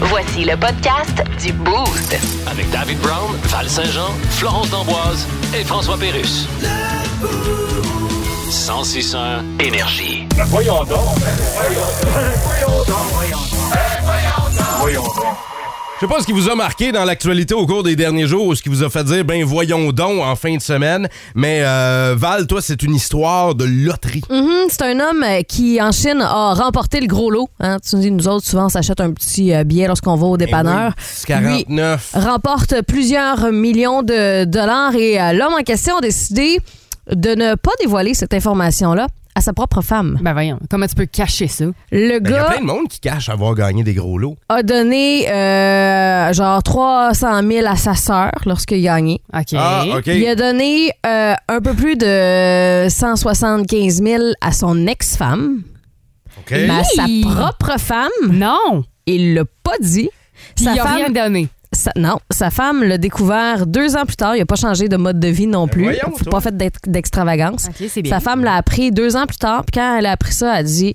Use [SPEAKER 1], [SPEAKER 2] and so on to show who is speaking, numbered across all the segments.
[SPEAKER 1] Voici le podcast du Boost.
[SPEAKER 2] Avec David Brown, Val Saint-Jean, Florence D'Amboise et François Pérus. 106 énergie.
[SPEAKER 3] Voyons donc. Voyons donc. Voyons donc. Voyons donc.
[SPEAKER 4] Je sais pas ce qui vous a marqué dans l'actualité au cours des derniers jours ou ce qui vous a fait dire, ben voyons donc en fin de semaine. Mais euh, Val, toi, c'est une histoire de loterie.
[SPEAKER 5] Mhm, c'est un homme euh, qui, en Chine, a remporté le gros lot. hein. Tu nous dis, nous autres, souvent, on s'achète un petit euh, billet lorsqu'on va au dépanneur.
[SPEAKER 4] Eh C'est
[SPEAKER 5] Lui
[SPEAKER 4] 49.
[SPEAKER 5] remporte plusieurs millions de dollars et euh, l'homme en question a décidé de ne pas dévoiler cette information-là à sa propre femme.
[SPEAKER 6] Ben voyons, comment tu peux cacher ça?
[SPEAKER 5] Le
[SPEAKER 4] Ben, Il y a
[SPEAKER 5] gars
[SPEAKER 4] plein de monde qui cache avoir gagné des gros lots.
[SPEAKER 5] a donné euh, genre 300 000 à sa sœur lorsqu'il a gagné.
[SPEAKER 6] OK.
[SPEAKER 4] Ah, OK.
[SPEAKER 5] Il a donné euh, un peu plus de 175 000 à son ex-femme,
[SPEAKER 4] OK.
[SPEAKER 5] mais à sa
[SPEAKER 6] Hi!
[SPEAKER 5] propre femme,
[SPEAKER 6] Non!
[SPEAKER 5] il l'a pas dit.
[SPEAKER 6] Puis
[SPEAKER 5] Sa
[SPEAKER 6] il a
[SPEAKER 5] femme,
[SPEAKER 6] rien donné.
[SPEAKER 5] sa- non, sa femme l'a découvert deux ans plus tard. Il n'a pas changé de mode de vie non plus.
[SPEAKER 4] Ben voyons,
[SPEAKER 5] Faut
[SPEAKER 4] toi.
[SPEAKER 5] pas fait d'ex- d'extravagance.
[SPEAKER 6] OK, c'est
[SPEAKER 5] Sa femme l'a appris deux ans plus tard. Puis quand elle a appris ça, elle a dit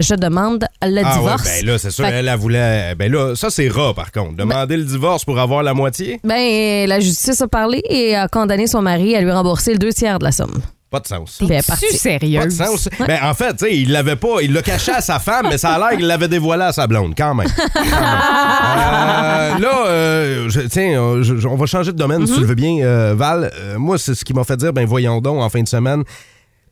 [SPEAKER 5] Je demande le
[SPEAKER 4] Ah ouais,
[SPEAKER 5] divorce.
[SPEAKER 4] ben là, c'est sûr,
[SPEAKER 5] Fait Ben que-
[SPEAKER 4] elle, elle voulait... Ben là, ça, c'est rare, par contre. Demander le divorce pour avoir la moitié,
[SPEAKER 5] Ben, la justice a parlé et a condamné son mari à lui rembourser le deux tiers de la somme.
[SPEAKER 4] pas de sens.
[SPEAKER 5] Puis elle est
[SPEAKER 6] Tu
[SPEAKER 5] partie.
[SPEAKER 4] Pas de
[SPEAKER 6] sérieuse?
[SPEAKER 4] sens. Ben, en fait, tu sais, il l'avait pas, il l'a caché à sa femme, mais ça a l'air qu'il l'avait dévoilé à sa blonde, quand même. Quand même. Euh, là, euh, je- tiens, euh, je- je- on va changer de domaine, si tu le veux bien, euh, Val. Euh, moi, c'est ce qui m'a fait dire, ben voyons donc, en fin de semaine,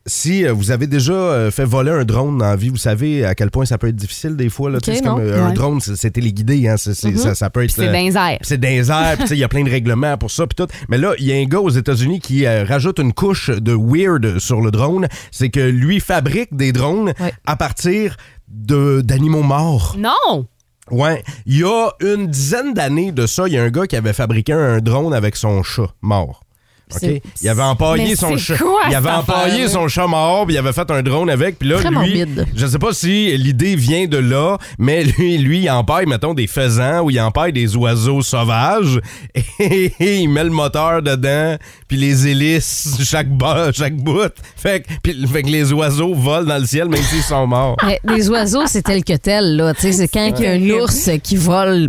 [SPEAKER 4] si euh, vous avez déjà euh, fait voler un drone dans la vie, vous savez à quel point ça peut être difficile des fois. Là,
[SPEAKER 5] Ok,
[SPEAKER 4] Tu sais, c'est
[SPEAKER 5] non.
[SPEAKER 4] comme, euh, un
[SPEAKER 6] Ouais.
[SPEAKER 4] drone, c'est c'est téléguidé, hein, c'est- c'est- ça, ça peut être...
[SPEAKER 6] Mm-hmm. C'est
[SPEAKER 4] euh,
[SPEAKER 6] dans les airs.
[SPEAKER 4] Pis c'est dans les airs, pis tu sais, il y a plein de règlements pour ça, puis tout. Mais là, il y a un gars aux États-Unis qui euh, rajoute une couche de weird sur le drone. C'est que lui fabrique des drones
[SPEAKER 5] Ouais.
[SPEAKER 4] à partir de- d'animaux morts.
[SPEAKER 6] Non!
[SPEAKER 4] Ouais. Il y a une dizaine d'années de ça, il y a un gars qui avait fabriqué un drone avec son chat mort. OK?
[SPEAKER 5] C'est-
[SPEAKER 4] Il avait empaillé
[SPEAKER 6] Mais
[SPEAKER 4] son
[SPEAKER 6] c'est
[SPEAKER 4] chat.
[SPEAKER 6] quoi,
[SPEAKER 4] il avait
[SPEAKER 6] cette
[SPEAKER 4] empaillé
[SPEAKER 6] affaire-là?
[SPEAKER 4] son chat mort, puis il avait fait un drone avec. Puis là,
[SPEAKER 5] Très
[SPEAKER 4] lui,
[SPEAKER 5] morbide.
[SPEAKER 4] je sais pas si l'idée vient de là, mais lui, lui, il empaille, mettons, des faisans ou il empaille des oiseaux sauvages. Et il met le moteur dedans, puis les hélices, chaque, bas, chaque bout. Fait que, puis- fait que les oiseaux volent dans le ciel, même s'ils sont morts.
[SPEAKER 5] Mais les oiseaux, c'est tel que tel, là. Tu sais, c'est quand il y a un ours qui vole,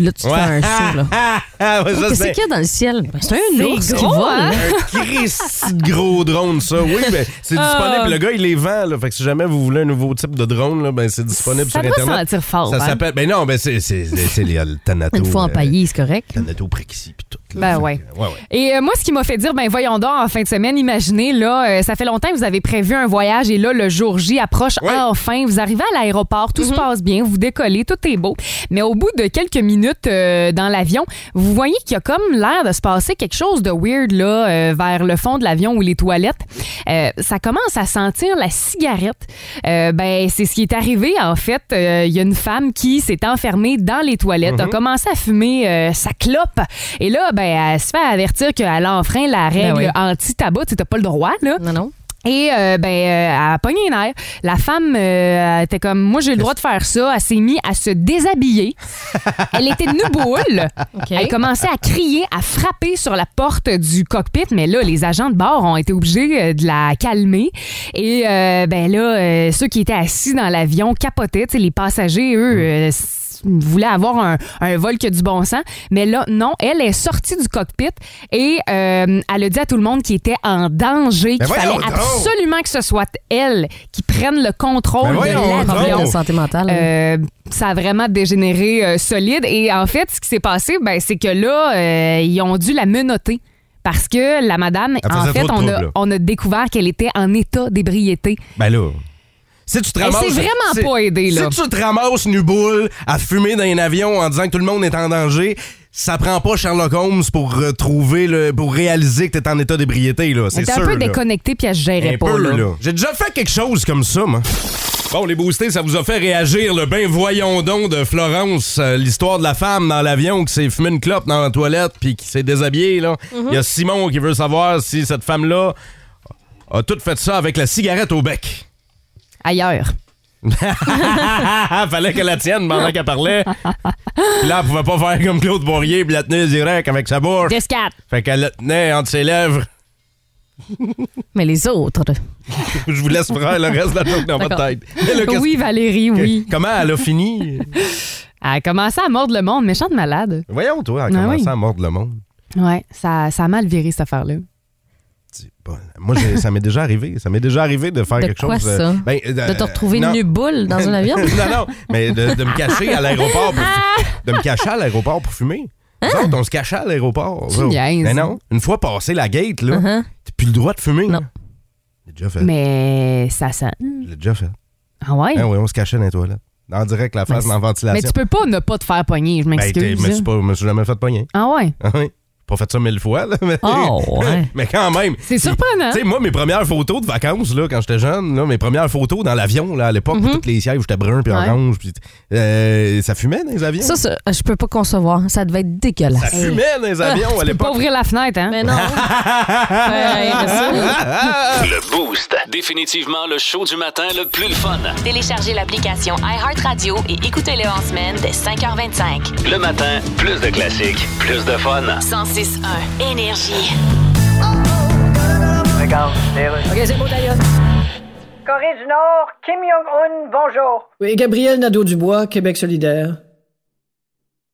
[SPEAKER 5] là, tu te fais un saut, là.
[SPEAKER 4] Ah, ah, ouais, ça,
[SPEAKER 5] Qu'est-ce
[SPEAKER 4] c'est-
[SPEAKER 5] qu'il y a dans le ciel? Ben, c'est un ours qui
[SPEAKER 6] gros,
[SPEAKER 5] vole.
[SPEAKER 6] hein?
[SPEAKER 5] là.
[SPEAKER 4] Un Christ de gros drone, ça. Oui, ben, c'est
[SPEAKER 6] Ah.
[SPEAKER 4] disponible. Le gars, il les vend. Là. Fait que si jamais vous voulez un nouveau type de drone, là, ben, c'est disponible
[SPEAKER 6] Ça
[SPEAKER 4] sur
[SPEAKER 6] doit
[SPEAKER 4] Internet.
[SPEAKER 6] sentir fort.
[SPEAKER 4] ça
[SPEAKER 6] hein?
[SPEAKER 4] s'appelle. Ben non, ben c'est c'est- c'est- c'est les- le Thanato.
[SPEAKER 5] Une fois
[SPEAKER 4] euh,
[SPEAKER 5] empaillé, c'est correct.
[SPEAKER 4] Thanato Prexy, puis tout. là.
[SPEAKER 6] Ben
[SPEAKER 4] Fait que,
[SPEAKER 6] ouais.
[SPEAKER 4] euh, ouais, ouais.
[SPEAKER 6] Et euh, moi, ce qui m'a fait dire, ben voyons donc, en fin de semaine, imaginez, là, euh, ça fait longtemps que vous avez prévu un voyage et là, le jour J approche
[SPEAKER 4] Ouais.
[SPEAKER 6] enfin. Vous arrivez à l'aéroport, tout se passe bien, vous décollez, tout est beau. Mais au bout de quelques minutes euh, dans l'avion, vous voyez qu'il y a comme l'air de se passer quelque chose de weird, là, euh, vers le fond de l'avion ou les toilettes. Euh, ça commence à sentir la cigarette. Euh, ben, c'est ce qui est arrivé, en fait. Euh, Il y a une femme qui s'est enfermée dans les toilettes, a commencé à fumer euh, sa clope. Et là, ben, elle se fait avertir qu'elle enfreint la règle
[SPEAKER 5] Ben oui.
[SPEAKER 6] anti-tabac. Tu sais, t'as pas le droit, là.
[SPEAKER 5] Non, non.
[SPEAKER 6] Et euh, ben, euh, elle a pogné une air. La femme euh, elle était comme, moi, j'ai le droit de faire ça. Elle s'est mise à se déshabiller. Elle était nue boule. Elle commençait à crier, à frapper sur la porte du cockpit. Mais là, les agents de bord ont été obligés euh, de la calmer. Et euh, ben là, euh, ceux qui étaient assis dans l'avion capotaient. Tu sais, les passagers, eux... euh, s- voulaient avoir un, un vol qui a du bon sens. Mais là, non, elle est sortie du cockpit et euh, elle a dit à tout le monde qu'il était en danger,
[SPEAKER 4] Ben
[SPEAKER 6] qu'il fallait
[SPEAKER 4] voyons donc!
[SPEAKER 6] absolument que ce soit elle qui prenne le contrôle
[SPEAKER 4] Ben voyons
[SPEAKER 6] de
[SPEAKER 4] donc!
[SPEAKER 5] Problème
[SPEAKER 6] l'avion.
[SPEAKER 5] de santé mentale. hein.
[SPEAKER 6] Euh, ça a vraiment dégénéré euh, solide. Et en fait, ce qui s'est passé, ben, c'est que là, euh, ils ont dû la menotter. Parce que la madame,
[SPEAKER 4] Elle
[SPEAKER 6] en
[SPEAKER 4] faisait
[SPEAKER 6] fait,
[SPEAKER 4] trop de
[SPEAKER 6] on
[SPEAKER 4] trouble,
[SPEAKER 6] a,
[SPEAKER 4] là.
[SPEAKER 6] on a découvert qu'elle était en état d'ébriété.
[SPEAKER 4] Ben là. Si tu te
[SPEAKER 6] Elle
[SPEAKER 4] ramasses.
[SPEAKER 6] s'est Eh, vraiment
[SPEAKER 4] si-
[SPEAKER 6] pas aidée, là.
[SPEAKER 4] Si tu te ramasses nu boule à fumer dans un avion en disant que tout le monde est en danger, ça prend pas Sherlock Holmes pour retrouver le. pour réaliser que t'es en état d'ébriété, là.
[SPEAKER 6] Elle
[SPEAKER 4] C'est
[SPEAKER 6] était
[SPEAKER 4] sûr.
[SPEAKER 6] un peu
[SPEAKER 4] là.
[SPEAKER 6] déconnectée puis elle se gérait
[SPEAKER 4] Un
[SPEAKER 6] pas.
[SPEAKER 4] peu,
[SPEAKER 6] Ben, là.
[SPEAKER 4] là. J'ai déjà fait quelque chose comme ça, moi. Bon, les boostés, ça vous a fait réagir le ben voyons donc de Florence, euh, l'histoire de la femme dans l'avion qui s'est fumé une clope dans la toilette puis qui s'est déshabillée, là. Il y a Simon qui veut savoir si cette femme-là a tout fait ça avec la cigarette au bec.
[SPEAKER 6] Ailleurs.
[SPEAKER 4] Fallait qu'elle la tienne pendant qu'elle parlait. Puis là, elle pouvait pas faire comme Claude Bourrier puis la tenir direct avec sa bouche.
[SPEAKER 6] Descate.
[SPEAKER 4] Fait qu'elle la tenait entre ses lèvres.
[SPEAKER 5] Mais les autres.
[SPEAKER 4] Euh, Je vous laisse faire le reste de la joke dans votre
[SPEAKER 5] D'accord.
[SPEAKER 4] tête. Mais là, qu'est-ce-
[SPEAKER 6] Oui, Valérie, oui.
[SPEAKER 4] Comment elle a fini?
[SPEAKER 6] Elle a commencé à mordre le monde, méchante malade.
[SPEAKER 4] Voyons, toi, en
[SPEAKER 6] Ah
[SPEAKER 4] commençant
[SPEAKER 6] oui.
[SPEAKER 4] à mordre le monde.
[SPEAKER 6] Ouais, ça, ça a mal viré cette affaire-là.
[SPEAKER 4] C'est bon. Moi, j'ai- ça m'est déjà arrivé. Ça m'est déjà arrivé de faire
[SPEAKER 5] De
[SPEAKER 4] quelque
[SPEAKER 5] quoi,
[SPEAKER 4] chose. euh,
[SPEAKER 5] ça?
[SPEAKER 4] ben, euh,
[SPEAKER 5] De te
[SPEAKER 4] euh,
[SPEAKER 5] retrouver
[SPEAKER 4] non.
[SPEAKER 5] une boule dans un avion?
[SPEAKER 4] non, non, mais de, de me cacher à l'aéroport. pour
[SPEAKER 6] Ah!
[SPEAKER 4] fu- de me cacher à l'aéroport pour fumer. Nous autres, on se cachait à l'aéroport.
[SPEAKER 6] Hein? Tu niaises.
[SPEAKER 4] Mais non, une fois passé la gate, là,
[SPEAKER 5] Uh-huh.
[SPEAKER 4] t'as plus le droit de fumer.
[SPEAKER 5] Non.
[SPEAKER 4] J'ai déjà fait.
[SPEAKER 6] Mais ça sent.
[SPEAKER 4] Je l'ai déjà fait.
[SPEAKER 6] Ah ouais?
[SPEAKER 4] Ah oui, on se cachait dans les toilettes. En direct, la face
[SPEAKER 6] Mais
[SPEAKER 4] dans la ventilation.
[SPEAKER 6] Mais tu peux pas ne pas te faire pogner, je
[SPEAKER 4] Ben, t'es-
[SPEAKER 6] m'excuse.
[SPEAKER 4] me suis pas- me suis jamais fait pogner.
[SPEAKER 6] ah ouais? Ah,
[SPEAKER 4] Ah oui. Pas fait ça mille fois, là. Mais,
[SPEAKER 5] Oh, ouais.
[SPEAKER 4] mais quand même.
[SPEAKER 6] C'est surprenant.
[SPEAKER 5] Hein?
[SPEAKER 4] Tu sais, moi, mes premières photos de vacances, là, quand j'étais jeune, là, mes premières photos dans l'avion, là, à l'époque, où
[SPEAKER 5] Mm-hmm.
[SPEAKER 4] toutes les sièges, j'étais brun puis
[SPEAKER 6] Ouais.
[SPEAKER 4] orange, puis euh, ça fumait dans les avions.
[SPEAKER 5] Ça, ça, je peux pas concevoir. Ça devait être
[SPEAKER 4] Ça
[SPEAKER 5] dégueulasse.
[SPEAKER 4] fumait dans les
[SPEAKER 6] Tu
[SPEAKER 4] avions à
[SPEAKER 6] peux pas
[SPEAKER 4] l'époque.
[SPEAKER 6] ouvrir la fenêtre, hein?
[SPEAKER 5] Mais non. Ah, Ouais, mais
[SPEAKER 4] Ah,
[SPEAKER 5] ça,
[SPEAKER 2] Le Boost. Définitivement le show du matin le plus le fun.
[SPEAKER 1] Téléchargez l'application iHeartRadio et écoutez-le en semaine dès 5h25.
[SPEAKER 2] Le matin, plus de classiques, plus de fun.
[SPEAKER 1] 106.1 Énergie.
[SPEAKER 7] Corée du Nord, Kim Jong-un, bonjour.
[SPEAKER 8] Oui, Gabriel Nadeau-Dubois, Québec solidaire.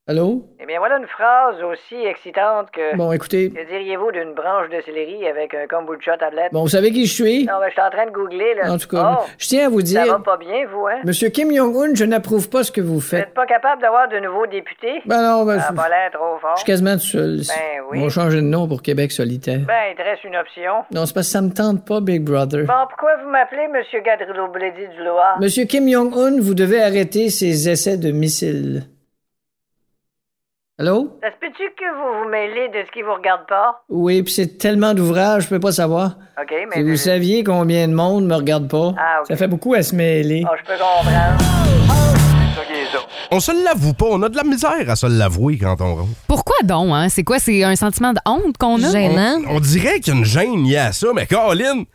[SPEAKER 8] Allô?
[SPEAKER 7] Eh bien, voilà une phrase aussi excitante que.
[SPEAKER 8] Bon, écoutez,
[SPEAKER 7] Que diriez-vous d'une branche de céleri avec un kombucha tablette?
[SPEAKER 8] bon, vous savez qui je suis?
[SPEAKER 7] Non, mais je suis en train de googler, là.
[SPEAKER 8] En tout cas,
[SPEAKER 7] Oh,
[SPEAKER 8] je tiens à vous
[SPEAKER 7] ça va
[SPEAKER 8] dire,
[SPEAKER 7] pas bien, vous, hein?
[SPEAKER 8] Monsieur Kim Jong-un, je n'approuve pas ce que vous
[SPEAKER 7] Vous
[SPEAKER 8] faites.
[SPEAKER 7] n'êtes pas capable d'avoir de nouveaux députés?
[SPEAKER 8] Ben non, ben,
[SPEAKER 7] ça
[SPEAKER 8] je
[SPEAKER 7] n'a pas l'air trop fort. Ben
[SPEAKER 8] je suis quasiment tout seul.
[SPEAKER 7] oui.
[SPEAKER 8] On va changer de nom pour Québec solitaire.
[SPEAKER 7] Ben, il te reste une option.
[SPEAKER 8] Non, c'est parce que ça me tente pas, Big Brother.
[SPEAKER 7] Bon, pourquoi vous m'appelez Monsieur Gadrillo Bledy du Loir?
[SPEAKER 8] Monsieur Kim Jong-un, vous devez arrêter ses essais de missiles. Allô?
[SPEAKER 7] Ça se peut-tu que vous vous mêlez de ce qui vous regarde pas?
[SPEAKER 8] Oui, puis c'est tellement d'ouvrages, je peux pas savoir.
[SPEAKER 7] OK, mais.
[SPEAKER 8] Si vous saviez combien de monde me regarde pas,
[SPEAKER 7] Ah, ok.
[SPEAKER 8] ça fait beaucoup à se mêler.
[SPEAKER 7] Oh, je peux comprendre.
[SPEAKER 4] On se l'avoue pas, on a de la misère à se l'avouer quand on ronfle.
[SPEAKER 6] Pourquoi donc, hein? C'est quoi? C'est un sentiment de honte qu'on a?
[SPEAKER 5] Gênant.
[SPEAKER 4] On dirait qu'il y a une gêne liée à ça, mais Caroline,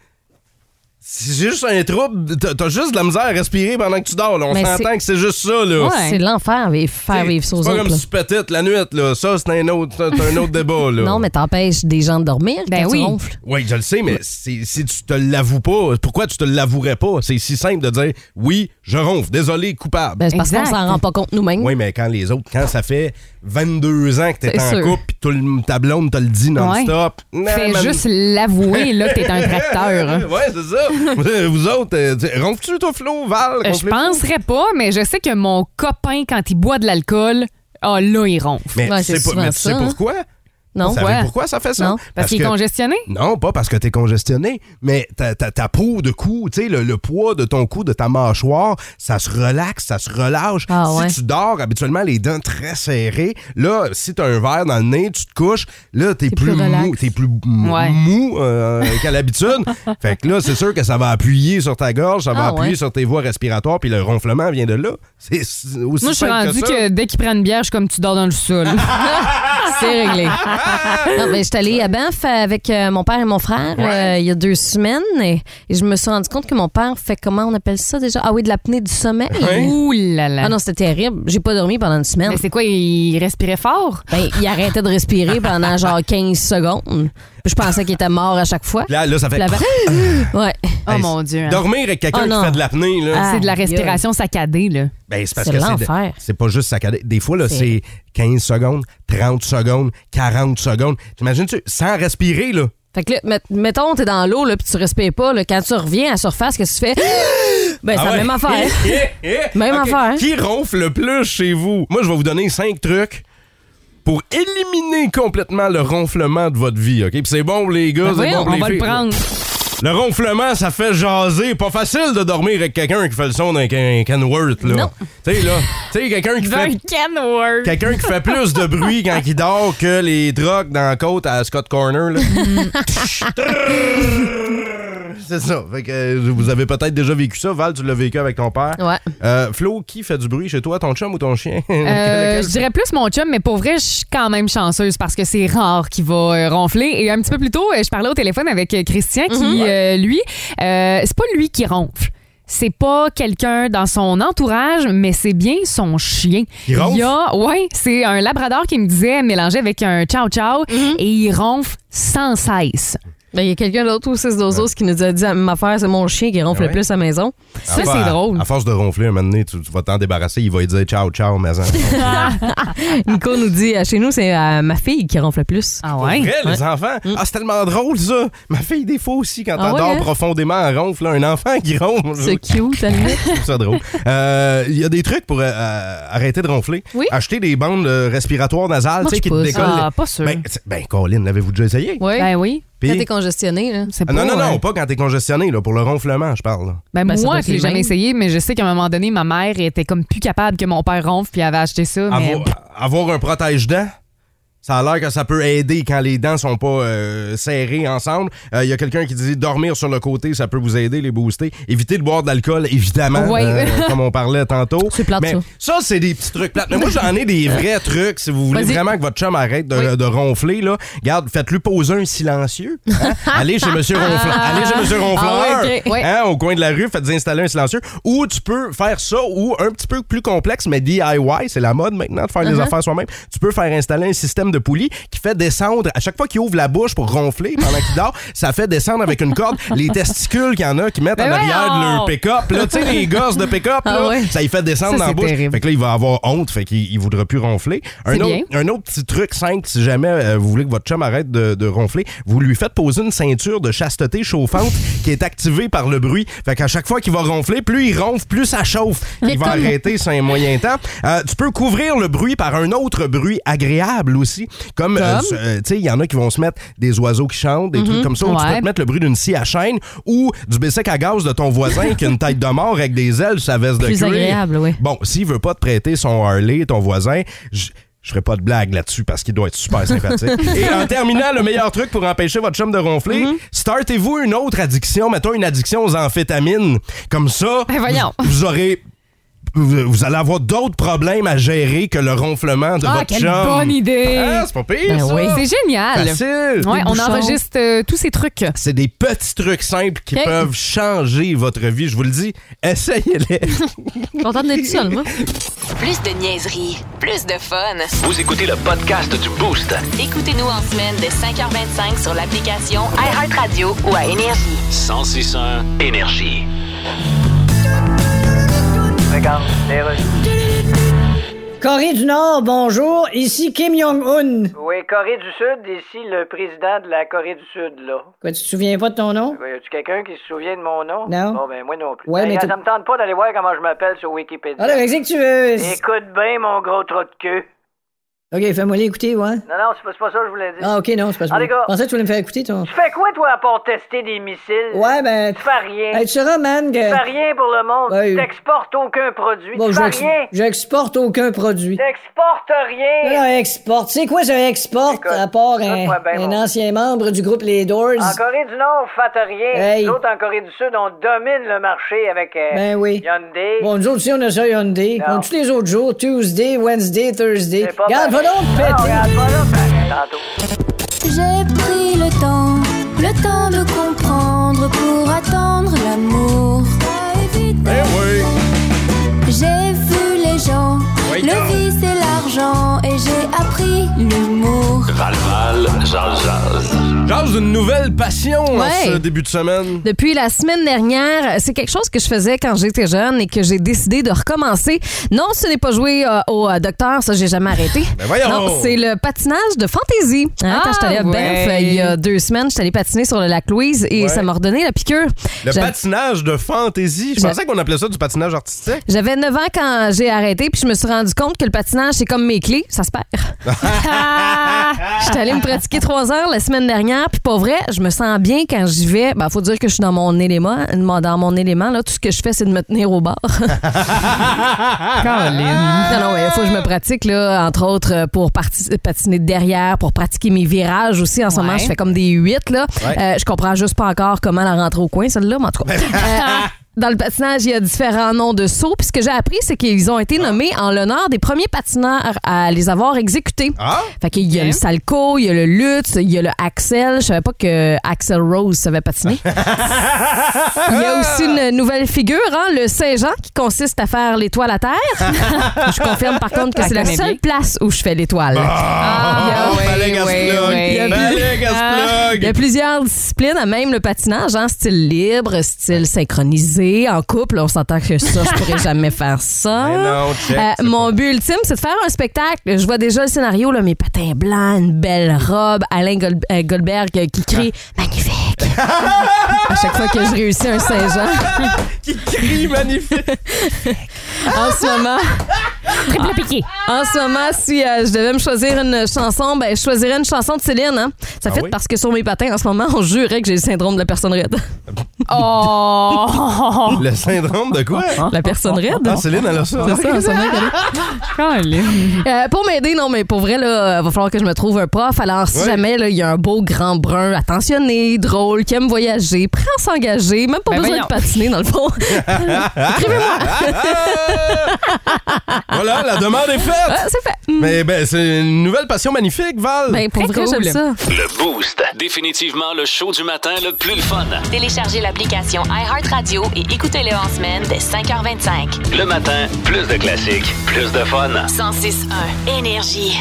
[SPEAKER 4] c'est juste un trouble, t'as t'as juste de la misère à respirer pendant que tu dors. là. On
[SPEAKER 5] Mais
[SPEAKER 4] s'entend
[SPEAKER 5] c'est-
[SPEAKER 4] que c'est juste ça, Ah, là.
[SPEAKER 6] Ouais.
[SPEAKER 5] C'est l'enfer, vi- faire
[SPEAKER 4] C'est-
[SPEAKER 5] vivre ça aux
[SPEAKER 4] c'est pas
[SPEAKER 5] autres.
[SPEAKER 4] comme
[SPEAKER 5] là.
[SPEAKER 4] si tu pétais la nuit, là. Ça, c'est un autre, c'est un autre débat, là.
[SPEAKER 5] Non, mais t'empêches des gens de dormir
[SPEAKER 6] Ben
[SPEAKER 5] quand tu
[SPEAKER 6] oui.
[SPEAKER 5] ronfles.
[SPEAKER 4] Oui, je le sais, mais c'est- si tu te l'avoues pas, pourquoi tu te l'avouerais pas? C'est si simple de dire oui, je ronfle, désolé, coupable.
[SPEAKER 5] Ben, c'est parce qu'on
[SPEAKER 6] Exact.
[SPEAKER 5] s'en rend pas compte nous-mêmes.
[SPEAKER 4] oui, mais quand les autres, quand ça fait 22 ans que t'es
[SPEAKER 5] C'est
[SPEAKER 4] en
[SPEAKER 5] sûr.
[SPEAKER 4] couple, puis tout le- ta blonde te le dit non-stop. non,
[SPEAKER 6] Fais
[SPEAKER 4] man-
[SPEAKER 6] juste l'avouer, là, que t'es un tracteur. hein.
[SPEAKER 4] ouais, c'est ça. Vous- Vous autres, euh, tu- ronfles-tu, toi, Flo, Val?
[SPEAKER 6] Euh, Je
[SPEAKER 4] complète?
[SPEAKER 6] penserais pas, mais je sais que mon copain, quand il boit de l'alcool, ah là, il ronfle.
[SPEAKER 4] Mais,
[SPEAKER 5] Ouais,
[SPEAKER 4] tu sais
[SPEAKER 5] c'est
[SPEAKER 4] pas-
[SPEAKER 5] souvent
[SPEAKER 4] mais tu sais
[SPEAKER 5] ça, hein.
[SPEAKER 4] pourquoi?
[SPEAKER 5] Non?
[SPEAKER 4] Savez
[SPEAKER 6] ouais.
[SPEAKER 4] pourquoi ça fait ça?
[SPEAKER 5] Non,
[SPEAKER 6] Parce qu'il est
[SPEAKER 4] que-
[SPEAKER 6] congestionné?
[SPEAKER 4] Non, pas parce que t'es congestionné, mais ta, ta- ta peau de cou, tu sais, le, le poids de ton cou, de ta mâchoire, ça se relaxe, ça se relâche.
[SPEAKER 5] Ah
[SPEAKER 4] si
[SPEAKER 5] ouais.
[SPEAKER 4] tu dors, habituellement, les dents très serrées. Là, si t'as un verre dans le nez, tu te couches, là, t'es plus,
[SPEAKER 5] relax.
[SPEAKER 4] mou, t'es plus m-
[SPEAKER 6] Ouais.
[SPEAKER 4] mou euh, qu'à l'habitude. fait que là, c'est sûr que ça va appuyer sur ta gorge, ça va
[SPEAKER 5] Ah
[SPEAKER 4] appuyer
[SPEAKER 5] ouais.
[SPEAKER 4] sur tes voies respiratoires, puis le ronflement vient de là. C'est s- aussi
[SPEAKER 6] Moi, je suis
[SPEAKER 4] simple
[SPEAKER 6] rendu
[SPEAKER 4] ça.
[SPEAKER 6] que, dès qu'il prend une bière, je suis comme tu dors dans le sol.
[SPEAKER 5] C'est réglé. non, mais je suis allée à Banff avec euh, mon père et mon frère euh, il y a deux semaines et, et je me suis rendu compte que mon père fait comment on appelle ça déjà? Ah oui, de l'apnée du sommeil.
[SPEAKER 4] Ouais.
[SPEAKER 6] Ouh là là.
[SPEAKER 5] Ah non, c'était terrible. J'ai pas dormi pendant une semaine.
[SPEAKER 6] mais c'est quoi, il respirait fort?
[SPEAKER 5] Ben, il arrêtait de respirer pendant genre 15 secondes. Puis je pensais qu'il était mort à chaque fois.
[SPEAKER 4] Là, là, ça fait.
[SPEAKER 5] Puis la- Ouais.
[SPEAKER 6] Oh
[SPEAKER 4] Hey,
[SPEAKER 6] mon Dieu. hein.
[SPEAKER 4] Dormir avec
[SPEAKER 5] Oh
[SPEAKER 4] quelqu'un
[SPEAKER 5] non.
[SPEAKER 4] qui fait de l'apnée, là.
[SPEAKER 5] Ah,
[SPEAKER 6] C'est de la
[SPEAKER 5] aïe,
[SPEAKER 6] respiration saccadée, là.
[SPEAKER 4] Ben, c'est parce
[SPEAKER 5] C'est
[SPEAKER 4] que c'est,
[SPEAKER 5] l'enfer.
[SPEAKER 4] c'est pas juste saccadé. Des fois, là,
[SPEAKER 5] C'est-
[SPEAKER 4] c'est 15 secondes, 30 secondes, 40 secondes. T'imagines-tu, sans respirer, là?
[SPEAKER 5] Fait que là, met- mettons, t'es dans l'eau, là, puis tu respires pas, là, quand tu reviens à la surface, qu'est-ce que tu fais? Ben, c'est
[SPEAKER 4] Ah
[SPEAKER 5] la
[SPEAKER 4] ouais.
[SPEAKER 5] même affaire.
[SPEAKER 4] Eh, eh, eh.
[SPEAKER 5] Même
[SPEAKER 4] Ok.
[SPEAKER 5] affaire. hein.
[SPEAKER 4] Qui ronfle le plus chez vous? Moi, je vais vous donner 5 trucs pour éliminer complètement le ronflement de votre vie, OK? Puis c'est bon pour les gars,
[SPEAKER 6] Ben
[SPEAKER 4] c'est
[SPEAKER 6] voyons,
[SPEAKER 4] bon pour
[SPEAKER 6] on
[SPEAKER 4] les
[SPEAKER 6] va le
[SPEAKER 4] filles.
[SPEAKER 6] prendre.
[SPEAKER 4] Le ronflement, ça fait jaser. Pas facile de dormir avec quelqu'un qui fait le son d'un can- Kenworth, là.
[SPEAKER 5] Non.
[SPEAKER 4] Tu sais, là, tu sais, quelqu'un qui fait...
[SPEAKER 6] Kenworth.
[SPEAKER 4] Quelqu'un qui fait plus de bruit quand il dort que les drogues dans la côte à Scott Corner. là. C'est ça. Fait que euh, vous avez peut-être déjà vécu ça. Val, tu l'as vécu avec ton père.
[SPEAKER 5] Ouais.
[SPEAKER 4] Euh, Flo, qui fait du bruit chez toi, ton chum ou ton chien?
[SPEAKER 6] Euh,
[SPEAKER 4] Lequel-
[SPEAKER 6] je dirais plus mon chum, mais pour vrai, je suis quand même chanceuse parce que c'est rare qu'il va euh, ronfler. Et un petit peu plus tôt, euh, je parlais au téléphone avec euh, Christian qui,
[SPEAKER 4] Mhm.
[SPEAKER 6] euh, lui, euh, c'est pas lui qui ronfle. C'est pas quelqu'un dans son entourage, mais c'est bien son chien.
[SPEAKER 4] Il ronfle?
[SPEAKER 6] a, ouais, c'est
[SPEAKER 4] Mhm.
[SPEAKER 6] un labrador qui me disait mélangé avec un ciao ciao et il ronfle sans cesse.
[SPEAKER 5] Ben, Il y a quelqu'un d'autre au 6 12 12 qui nous a dit la même affaire, c'est mon chien qui ronfle
[SPEAKER 4] Ah bah. ouais?
[SPEAKER 5] plus à la maison. Ça, c'est drôle.
[SPEAKER 4] À force de ronfler, un moment donné, tu, tu vas t'en débarrasser, il va lui dire ciao, ciao, maison.
[SPEAKER 5] Nico nous dit euh, chez nous, c'est euh, ma fille qui ronfle plus.
[SPEAKER 6] Ah
[SPEAKER 4] Pour
[SPEAKER 6] ouais?
[SPEAKER 4] vrai, les enfants. Ah, c'est tellement drôle, ça. Ma fille, des fois aussi, quand
[SPEAKER 5] Mm. Ah
[SPEAKER 4] elle dort
[SPEAKER 5] ouais, hein?
[SPEAKER 4] profondément, elle ronfle. là, un enfant qui ronfle.
[SPEAKER 5] C'est cute, à la limite.
[SPEAKER 4] Je trouve ça drôle. Euh, Il y a des trucs pour euh, euh, arrêter de ronfler.
[SPEAKER 5] Oui.
[SPEAKER 4] Acheter des bandes euh, respiratoires nasales,
[SPEAKER 5] Moi,
[SPEAKER 4] tu sais,
[SPEAKER 5] je
[SPEAKER 4] qui te
[SPEAKER 5] pousse.
[SPEAKER 4] décollent.
[SPEAKER 6] Ah, pas sûr.
[SPEAKER 4] ben, c'est- ben, Colin, l'avez-vous déjà essayé?
[SPEAKER 5] Oui.
[SPEAKER 6] Ben oui.
[SPEAKER 4] Puis-
[SPEAKER 5] Quand t'es congestionné, là.
[SPEAKER 6] C'est
[SPEAKER 4] Ah, non,
[SPEAKER 6] pas,
[SPEAKER 4] non,
[SPEAKER 6] euh,
[SPEAKER 4] non, pas quand t'es congestionné, là, pour le ronflement, je parle. là.
[SPEAKER 6] Ben,
[SPEAKER 5] Ben, ça doit
[SPEAKER 6] moi,
[SPEAKER 5] être
[SPEAKER 6] je l'ai
[SPEAKER 5] les
[SPEAKER 6] jamais
[SPEAKER 5] mêmes.
[SPEAKER 6] essayé, mais je sais qu'à un moment donné, ma mère était comme plus capable que mon père ronfle puis elle avait acheté ça. Mais...
[SPEAKER 4] Avo- Avoir un protège-dents, ça a l'air que ça peut aider quand les dents sont pas euh, serrées ensemble. Euh, Il y a quelqu'un qui dit dormir sur le côté, ça peut vous aider, les booster. Éviter de boire de l'alcool, évidemment,
[SPEAKER 6] Ouais.
[SPEAKER 4] euh, comme on parlait tantôt.
[SPEAKER 5] C'est plate,
[SPEAKER 4] Mais
[SPEAKER 5] ça.
[SPEAKER 4] c'est des petits trucs plates. Mais moi, j'en ai des vrais trucs. Si vous voulez
[SPEAKER 5] Vas-y.
[SPEAKER 4] vraiment que votre chum arrête de, de ronfler, là, garde, faites-lui poser un silencieux. hein. Allez chez Monsieur Ronfleur. Allez chez Monsieur Ronfleur.
[SPEAKER 6] Ah ouais, ok. Ouais.
[SPEAKER 4] Hein, au coin de la rue, faites installer un silencieux. Ou tu peux faire ça, ou un petit peu plus complexe, mais DIY, c'est la mode maintenant de faire des affaires soi-même. Tu peux faire installer un système de poulie qui fait descendre, à chaque fois qu'il ouvre la bouche pour ronfler pendant qu'il dort, ça fait descendre avec une corde les testicules qu'il y en a qui mettent
[SPEAKER 6] Mais
[SPEAKER 4] en arrière de
[SPEAKER 6] voyons!
[SPEAKER 4] leur pick-up. Là, tu sais, les gosses de pick-up,
[SPEAKER 5] Ah
[SPEAKER 4] là,
[SPEAKER 5] ouais.
[SPEAKER 4] ça y fait
[SPEAKER 6] Ça,
[SPEAKER 4] descendre dans la
[SPEAKER 6] c'est
[SPEAKER 4] bouche.
[SPEAKER 6] terrible.
[SPEAKER 4] Fait que là, il va avoir honte, fait qu'il il voudra plus ronfler. Un
[SPEAKER 6] C'est
[SPEAKER 4] autre,
[SPEAKER 6] bien.
[SPEAKER 4] un autre petit truc simple, si jamais euh, vous voulez que votre chum arrête de, de ronfler, vous lui faites poser une ceinture de chasteté chauffante qui est activée par le bruit. Fait qu'à chaque fois qu'il va ronfler, plus il ronfle, plus ça chauffe. Il va arrêter sur un moyen temps. Euh, tu peux couvrir le bruit par un autre bruit agréable aussi. Comme, euh, tu euh, tu sais, il y en a qui vont se mettre des oiseaux qui chantent, des trucs comme ça. ou Tu peux
[SPEAKER 6] Mm-hmm. Ouais.
[SPEAKER 4] te mettre le bruit d'une scie à chaîne ou du bessec à gaz de ton voisin qui a une tête de mort avec des ailes, sur sa veste de
[SPEAKER 5] Plus
[SPEAKER 4] cuir.
[SPEAKER 5] agréable, oui.
[SPEAKER 4] Bon, s'il veut pas te prêter son Harley, ton voisin, je je ferai pas de blague là-dessus parce qu'il doit être super sympathique. Et en terminant, le meilleur truc pour empêcher votre chum de ronfler,
[SPEAKER 6] Mm-hmm.
[SPEAKER 4] startez-vous une autre addiction, mettons une addiction aux amphétamines. Comme ça,
[SPEAKER 6] Ben voyons.
[SPEAKER 4] Vous, vous aurez vous vous allez avoir d'autres problèmes à gérer que le ronflement de
[SPEAKER 6] Ah,
[SPEAKER 4] votre
[SPEAKER 6] quelle
[SPEAKER 4] chum.
[SPEAKER 6] bonne idée! Ben
[SPEAKER 4] Ah, c'est pas pire, ça.
[SPEAKER 6] C'est génial!
[SPEAKER 4] Facile.
[SPEAKER 6] Ouais,
[SPEAKER 4] Des
[SPEAKER 6] on
[SPEAKER 4] bouchons.
[SPEAKER 6] enregistre euh, tous ces trucs.
[SPEAKER 4] C'est des petits trucs simples qui
[SPEAKER 5] Ok.
[SPEAKER 4] peuvent changer votre vie. Je vous le dis, essayez-les.
[SPEAKER 5] Contente d'être seule, moi.
[SPEAKER 1] Plus de niaiserie, plus de fun.
[SPEAKER 2] Vous écoutez le podcast du Boost.
[SPEAKER 1] Écoutez-nous en semaine de 5h25 sur l'application iHeartRadio ou à Énergie.
[SPEAKER 2] 1061 Énergie.
[SPEAKER 7] Regarde, les Russes.
[SPEAKER 8] Corée du Nord, bonjour, ici Kim Jong-un.
[SPEAKER 7] Oui, Corée du Sud, ici le président de la Corée du Sud, là.
[SPEAKER 8] Quoi, tu te souviens pas de ton nom?
[SPEAKER 7] Y a-tu quelqu'un qui se souvient de mon nom?
[SPEAKER 8] Non.
[SPEAKER 7] Bon, ben, moi non plus.
[SPEAKER 8] Ouais,
[SPEAKER 7] Hey,
[SPEAKER 8] mais
[SPEAKER 7] regarde,
[SPEAKER 8] t'es-
[SPEAKER 7] ça me tente pas d'aller voir comment je m'appelle sur Wikipédia.
[SPEAKER 8] Alors, qu'est-ce que tu veux?
[SPEAKER 7] Écoute bien, mon gros trou de queue.
[SPEAKER 8] Ok, fais-moi l'écouter, ouais.
[SPEAKER 7] Non, non, c'est pas, c'est pas ça que je voulais dire.
[SPEAKER 8] Ah, ok, non, c'est pas ça.
[SPEAKER 7] Ah, les gars.
[SPEAKER 8] Je pensais que tu voulais me faire écouter ton.
[SPEAKER 7] Tu fais quoi, toi, à part tester des missiles?
[SPEAKER 8] Oh. Ouais, ben.
[SPEAKER 7] Tu fais rien.
[SPEAKER 8] Hey, tu seras, man,
[SPEAKER 7] Tu fais
[SPEAKER 8] que.
[SPEAKER 7] rien pour le monde.
[SPEAKER 8] Ouais.
[SPEAKER 7] Tu T'exportes aucun produit.
[SPEAKER 8] Bon,
[SPEAKER 7] tu fais
[SPEAKER 8] j'ex-
[SPEAKER 7] rien.
[SPEAKER 8] j'exporte aucun produit.
[SPEAKER 7] T'exportes rien.
[SPEAKER 8] Non, non, exporte. Tu sais quoi, ça exporte,
[SPEAKER 7] Écoute,
[SPEAKER 8] à part un,
[SPEAKER 7] écoute-moi bien,
[SPEAKER 8] un
[SPEAKER 7] mon-
[SPEAKER 8] ancien membre du groupe Les Doors?
[SPEAKER 7] En Corée du Nord, faites rien.
[SPEAKER 8] Hey.
[SPEAKER 7] Nous autres, en Corée du Sud, on domine le marché avec euh,
[SPEAKER 8] Ben oui.
[SPEAKER 7] Hyundai.
[SPEAKER 8] Bon, nous autres aussi, on a ça Hyundai.
[SPEAKER 7] Non.
[SPEAKER 8] On tous les autres jours, Tuesday, Wednesday, Thursday.
[SPEAKER 7] C'est pas
[SPEAKER 8] Regarde, va
[SPEAKER 7] pareil.
[SPEAKER 8] donc
[SPEAKER 7] Non,
[SPEAKER 8] péter!
[SPEAKER 7] regarde pas là, ben, tantôt.
[SPEAKER 9] J'ai pris le temps, le temps de comprendre pour attendre l'amour. Pas évident.
[SPEAKER 4] Eh oui.
[SPEAKER 9] J'ai vu les gens,
[SPEAKER 4] Oui, non.
[SPEAKER 9] le vice et l'argent, et j'ai appris l'humour.
[SPEAKER 2] Val Val, jazz jazz.
[SPEAKER 4] Jase d'une nouvelle passion en
[SPEAKER 5] Ouais.
[SPEAKER 4] ce début de semaine.
[SPEAKER 5] Depuis la semaine dernière, c'est quelque chose que je faisais quand j'étais jeune et que j'ai décidé de recommencer. Non, ce n'est pas jouer euh, au euh, docteur, ça j'ai jamais arrêté.
[SPEAKER 4] Ben voyons!
[SPEAKER 5] Non, c'est le patinage de fantaisie. Hein, quand
[SPEAKER 6] Ah,
[SPEAKER 5] je suis allée à Banff
[SPEAKER 6] ouais.
[SPEAKER 5] euh, il y a deux semaines, je suis allée patiner sur le lac Louise et
[SPEAKER 4] Ouais.
[SPEAKER 5] ça m'a redonné la piqûre.
[SPEAKER 4] Le
[SPEAKER 5] J'avais-
[SPEAKER 4] patinage de fantaisie. Je
[SPEAKER 5] Je-
[SPEAKER 4] pensais qu'on appelait ça du patinage artistique.
[SPEAKER 5] J'avais 9 ans quand j'ai arrêté, puis je me suis rendu compte que le patinage, c'est comme mes clés, ça se perd. J'étais allée me pratiquer 3 heures la semaine dernière, puis pas vrai, je me sens bien quand j'y vais. Ben, faut dire que je suis dans mon élément. Dans mon élément, là, tout ce que je fais, c'est de me tenir au bord.
[SPEAKER 8] Ah,
[SPEAKER 5] Non, non, il faut que je me pratique, là, entre autres, euh, pour parti- patiner de derrière, pour pratiquer mes virages aussi. En ce moment,
[SPEAKER 6] Ouais.
[SPEAKER 5] je fais comme des 8, là.
[SPEAKER 4] Ouais.
[SPEAKER 5] Euh, je comprends juste pas encore comment la rentrer au coin, celle-là, mais en tout cas. Euh, Dans le patinage, il y a différents noms de sauts. Puis ce que j'ai appris, c'est qu'ils ont été nommés en l'honneur des premiers patineurs à les avoir exécutés.
[SPEAKER 4] Ah!
[SPEAKER 5] Fait qu'il y a
[SPEAKER 6] Ok.
[SPEAKER 5] le Salco, il y a le Lutz, il y a le Axel. Je savais pas que Axel Rose savait patiner. Il y a aussi une nouvelle figure, hein, le Saint-Jean, qui consiste à faire l'étoile à terre. je confirme par contre que
[SPEAKER 6] La
[SPEAKER 5] c'est la
[SPEAKER 6] connais
[SPEAKER 5] seule place où je fais l'étoile.
[SPEAKER 4] Ah,
[SPEAKER 6] oui,
[SPEAKER 4] fallait qu'elle se
[SPEAKER 6] oui,
[SPEAKER 4] plug.
[SPEAKER 6] oui.
[SPEAKER 4] Fallait qu'elle se plug.
[SPEAKER 5] Il y a plusieurs disciplines, à même le patinage, en style libre, style synchronisé, en couple. On s'entend que ça, je pourrais jamais faire ça.
[SPEAKER 4] Mais non, check,
[SPEAKER 5] Euh,
[SPEAKER 4] c'est
[SPEAKER 5] mon but ultime, c'est de faire un spectacle. Je vois déjà le scénario, là, mes patins blancs, une belle robe, Alain Gol- euh, Goldberg euh, qui crie
[SPEAKER 4] Ah.
[SPEAKER 5] Magnifique! à chaque fois que je réussis un Saint-Jean.
[SPEAKER 4] Qui crie magnifique.
[SPEAKER 5] En ce moment.
[SPEAKER 6] Triple piqué.
[SPEAKER 5] En ce moment, si euh, je devais me choisir une chanson, ben, je choisirais une chanson de Céline. Hein? Ça
[SPEAKER 4] Ah
[SPEAKER 5] fait
[SPEAKER 4] oui?
[SPEAKER 5] parce que sur mes patins, en ce moment, on jurait que j'ai le syndrome de la personne raide.
[SPEAKER 6] Oh!
[SPEAKER 4] Le syndrome de quoi?
[SPEAKER 5] La personne raide?
[SPEAKER 4] Ah, Céline, elle a ça.
[SPEAKER 5] C'est ça, en ce moment, qu'elle est. Euh, pour m'aider, non, mais pour vrai, là, euh, va falloir que je me trouve un prof. Alors, si
[SPEAKER 4] Ouais.
[SPEAKER 5] jamais là, il y a un beau grand brun attentionné, drôle, qui aime voyager, prêt à s'engager, même pas
[SPEAKER 6] Ben
[SPEAKER 5] besoin
[SPEAKER 6] voyons.
[SPEAKER 5] de patiner, dans le fond.
[SPEAKER 4] Voilà, la demande est
[SPEAKER 5] Ah,
[SPEAKER 4] faite.
[SPEAKER 5] c'est fait. Mm.
[SPEAKER 4] Mais ben, c'est une nouvelle passion magnifique, Val.
[SPEAKER 5] Ben, pour
[SPEAKER 6] Très
[SPEAKER 5] vrai,
[SPEAKER 6] cool.
[SPEAKER 5] j'aime ça.
[SPEAKER 2] Le Boost. Définitivement le show du matin le plus le fun.
[SPEAKER 1] Téléchargez l'application iHeartRadio et écoutez-le en semaine dès
[SPEAKER 8] ah.
[SPEAKER 1] 5h25.
[SPEAKER 2] Le matin, plus de classiques, plus de fun.
[SPEAKER 1] 106.1 Énergie.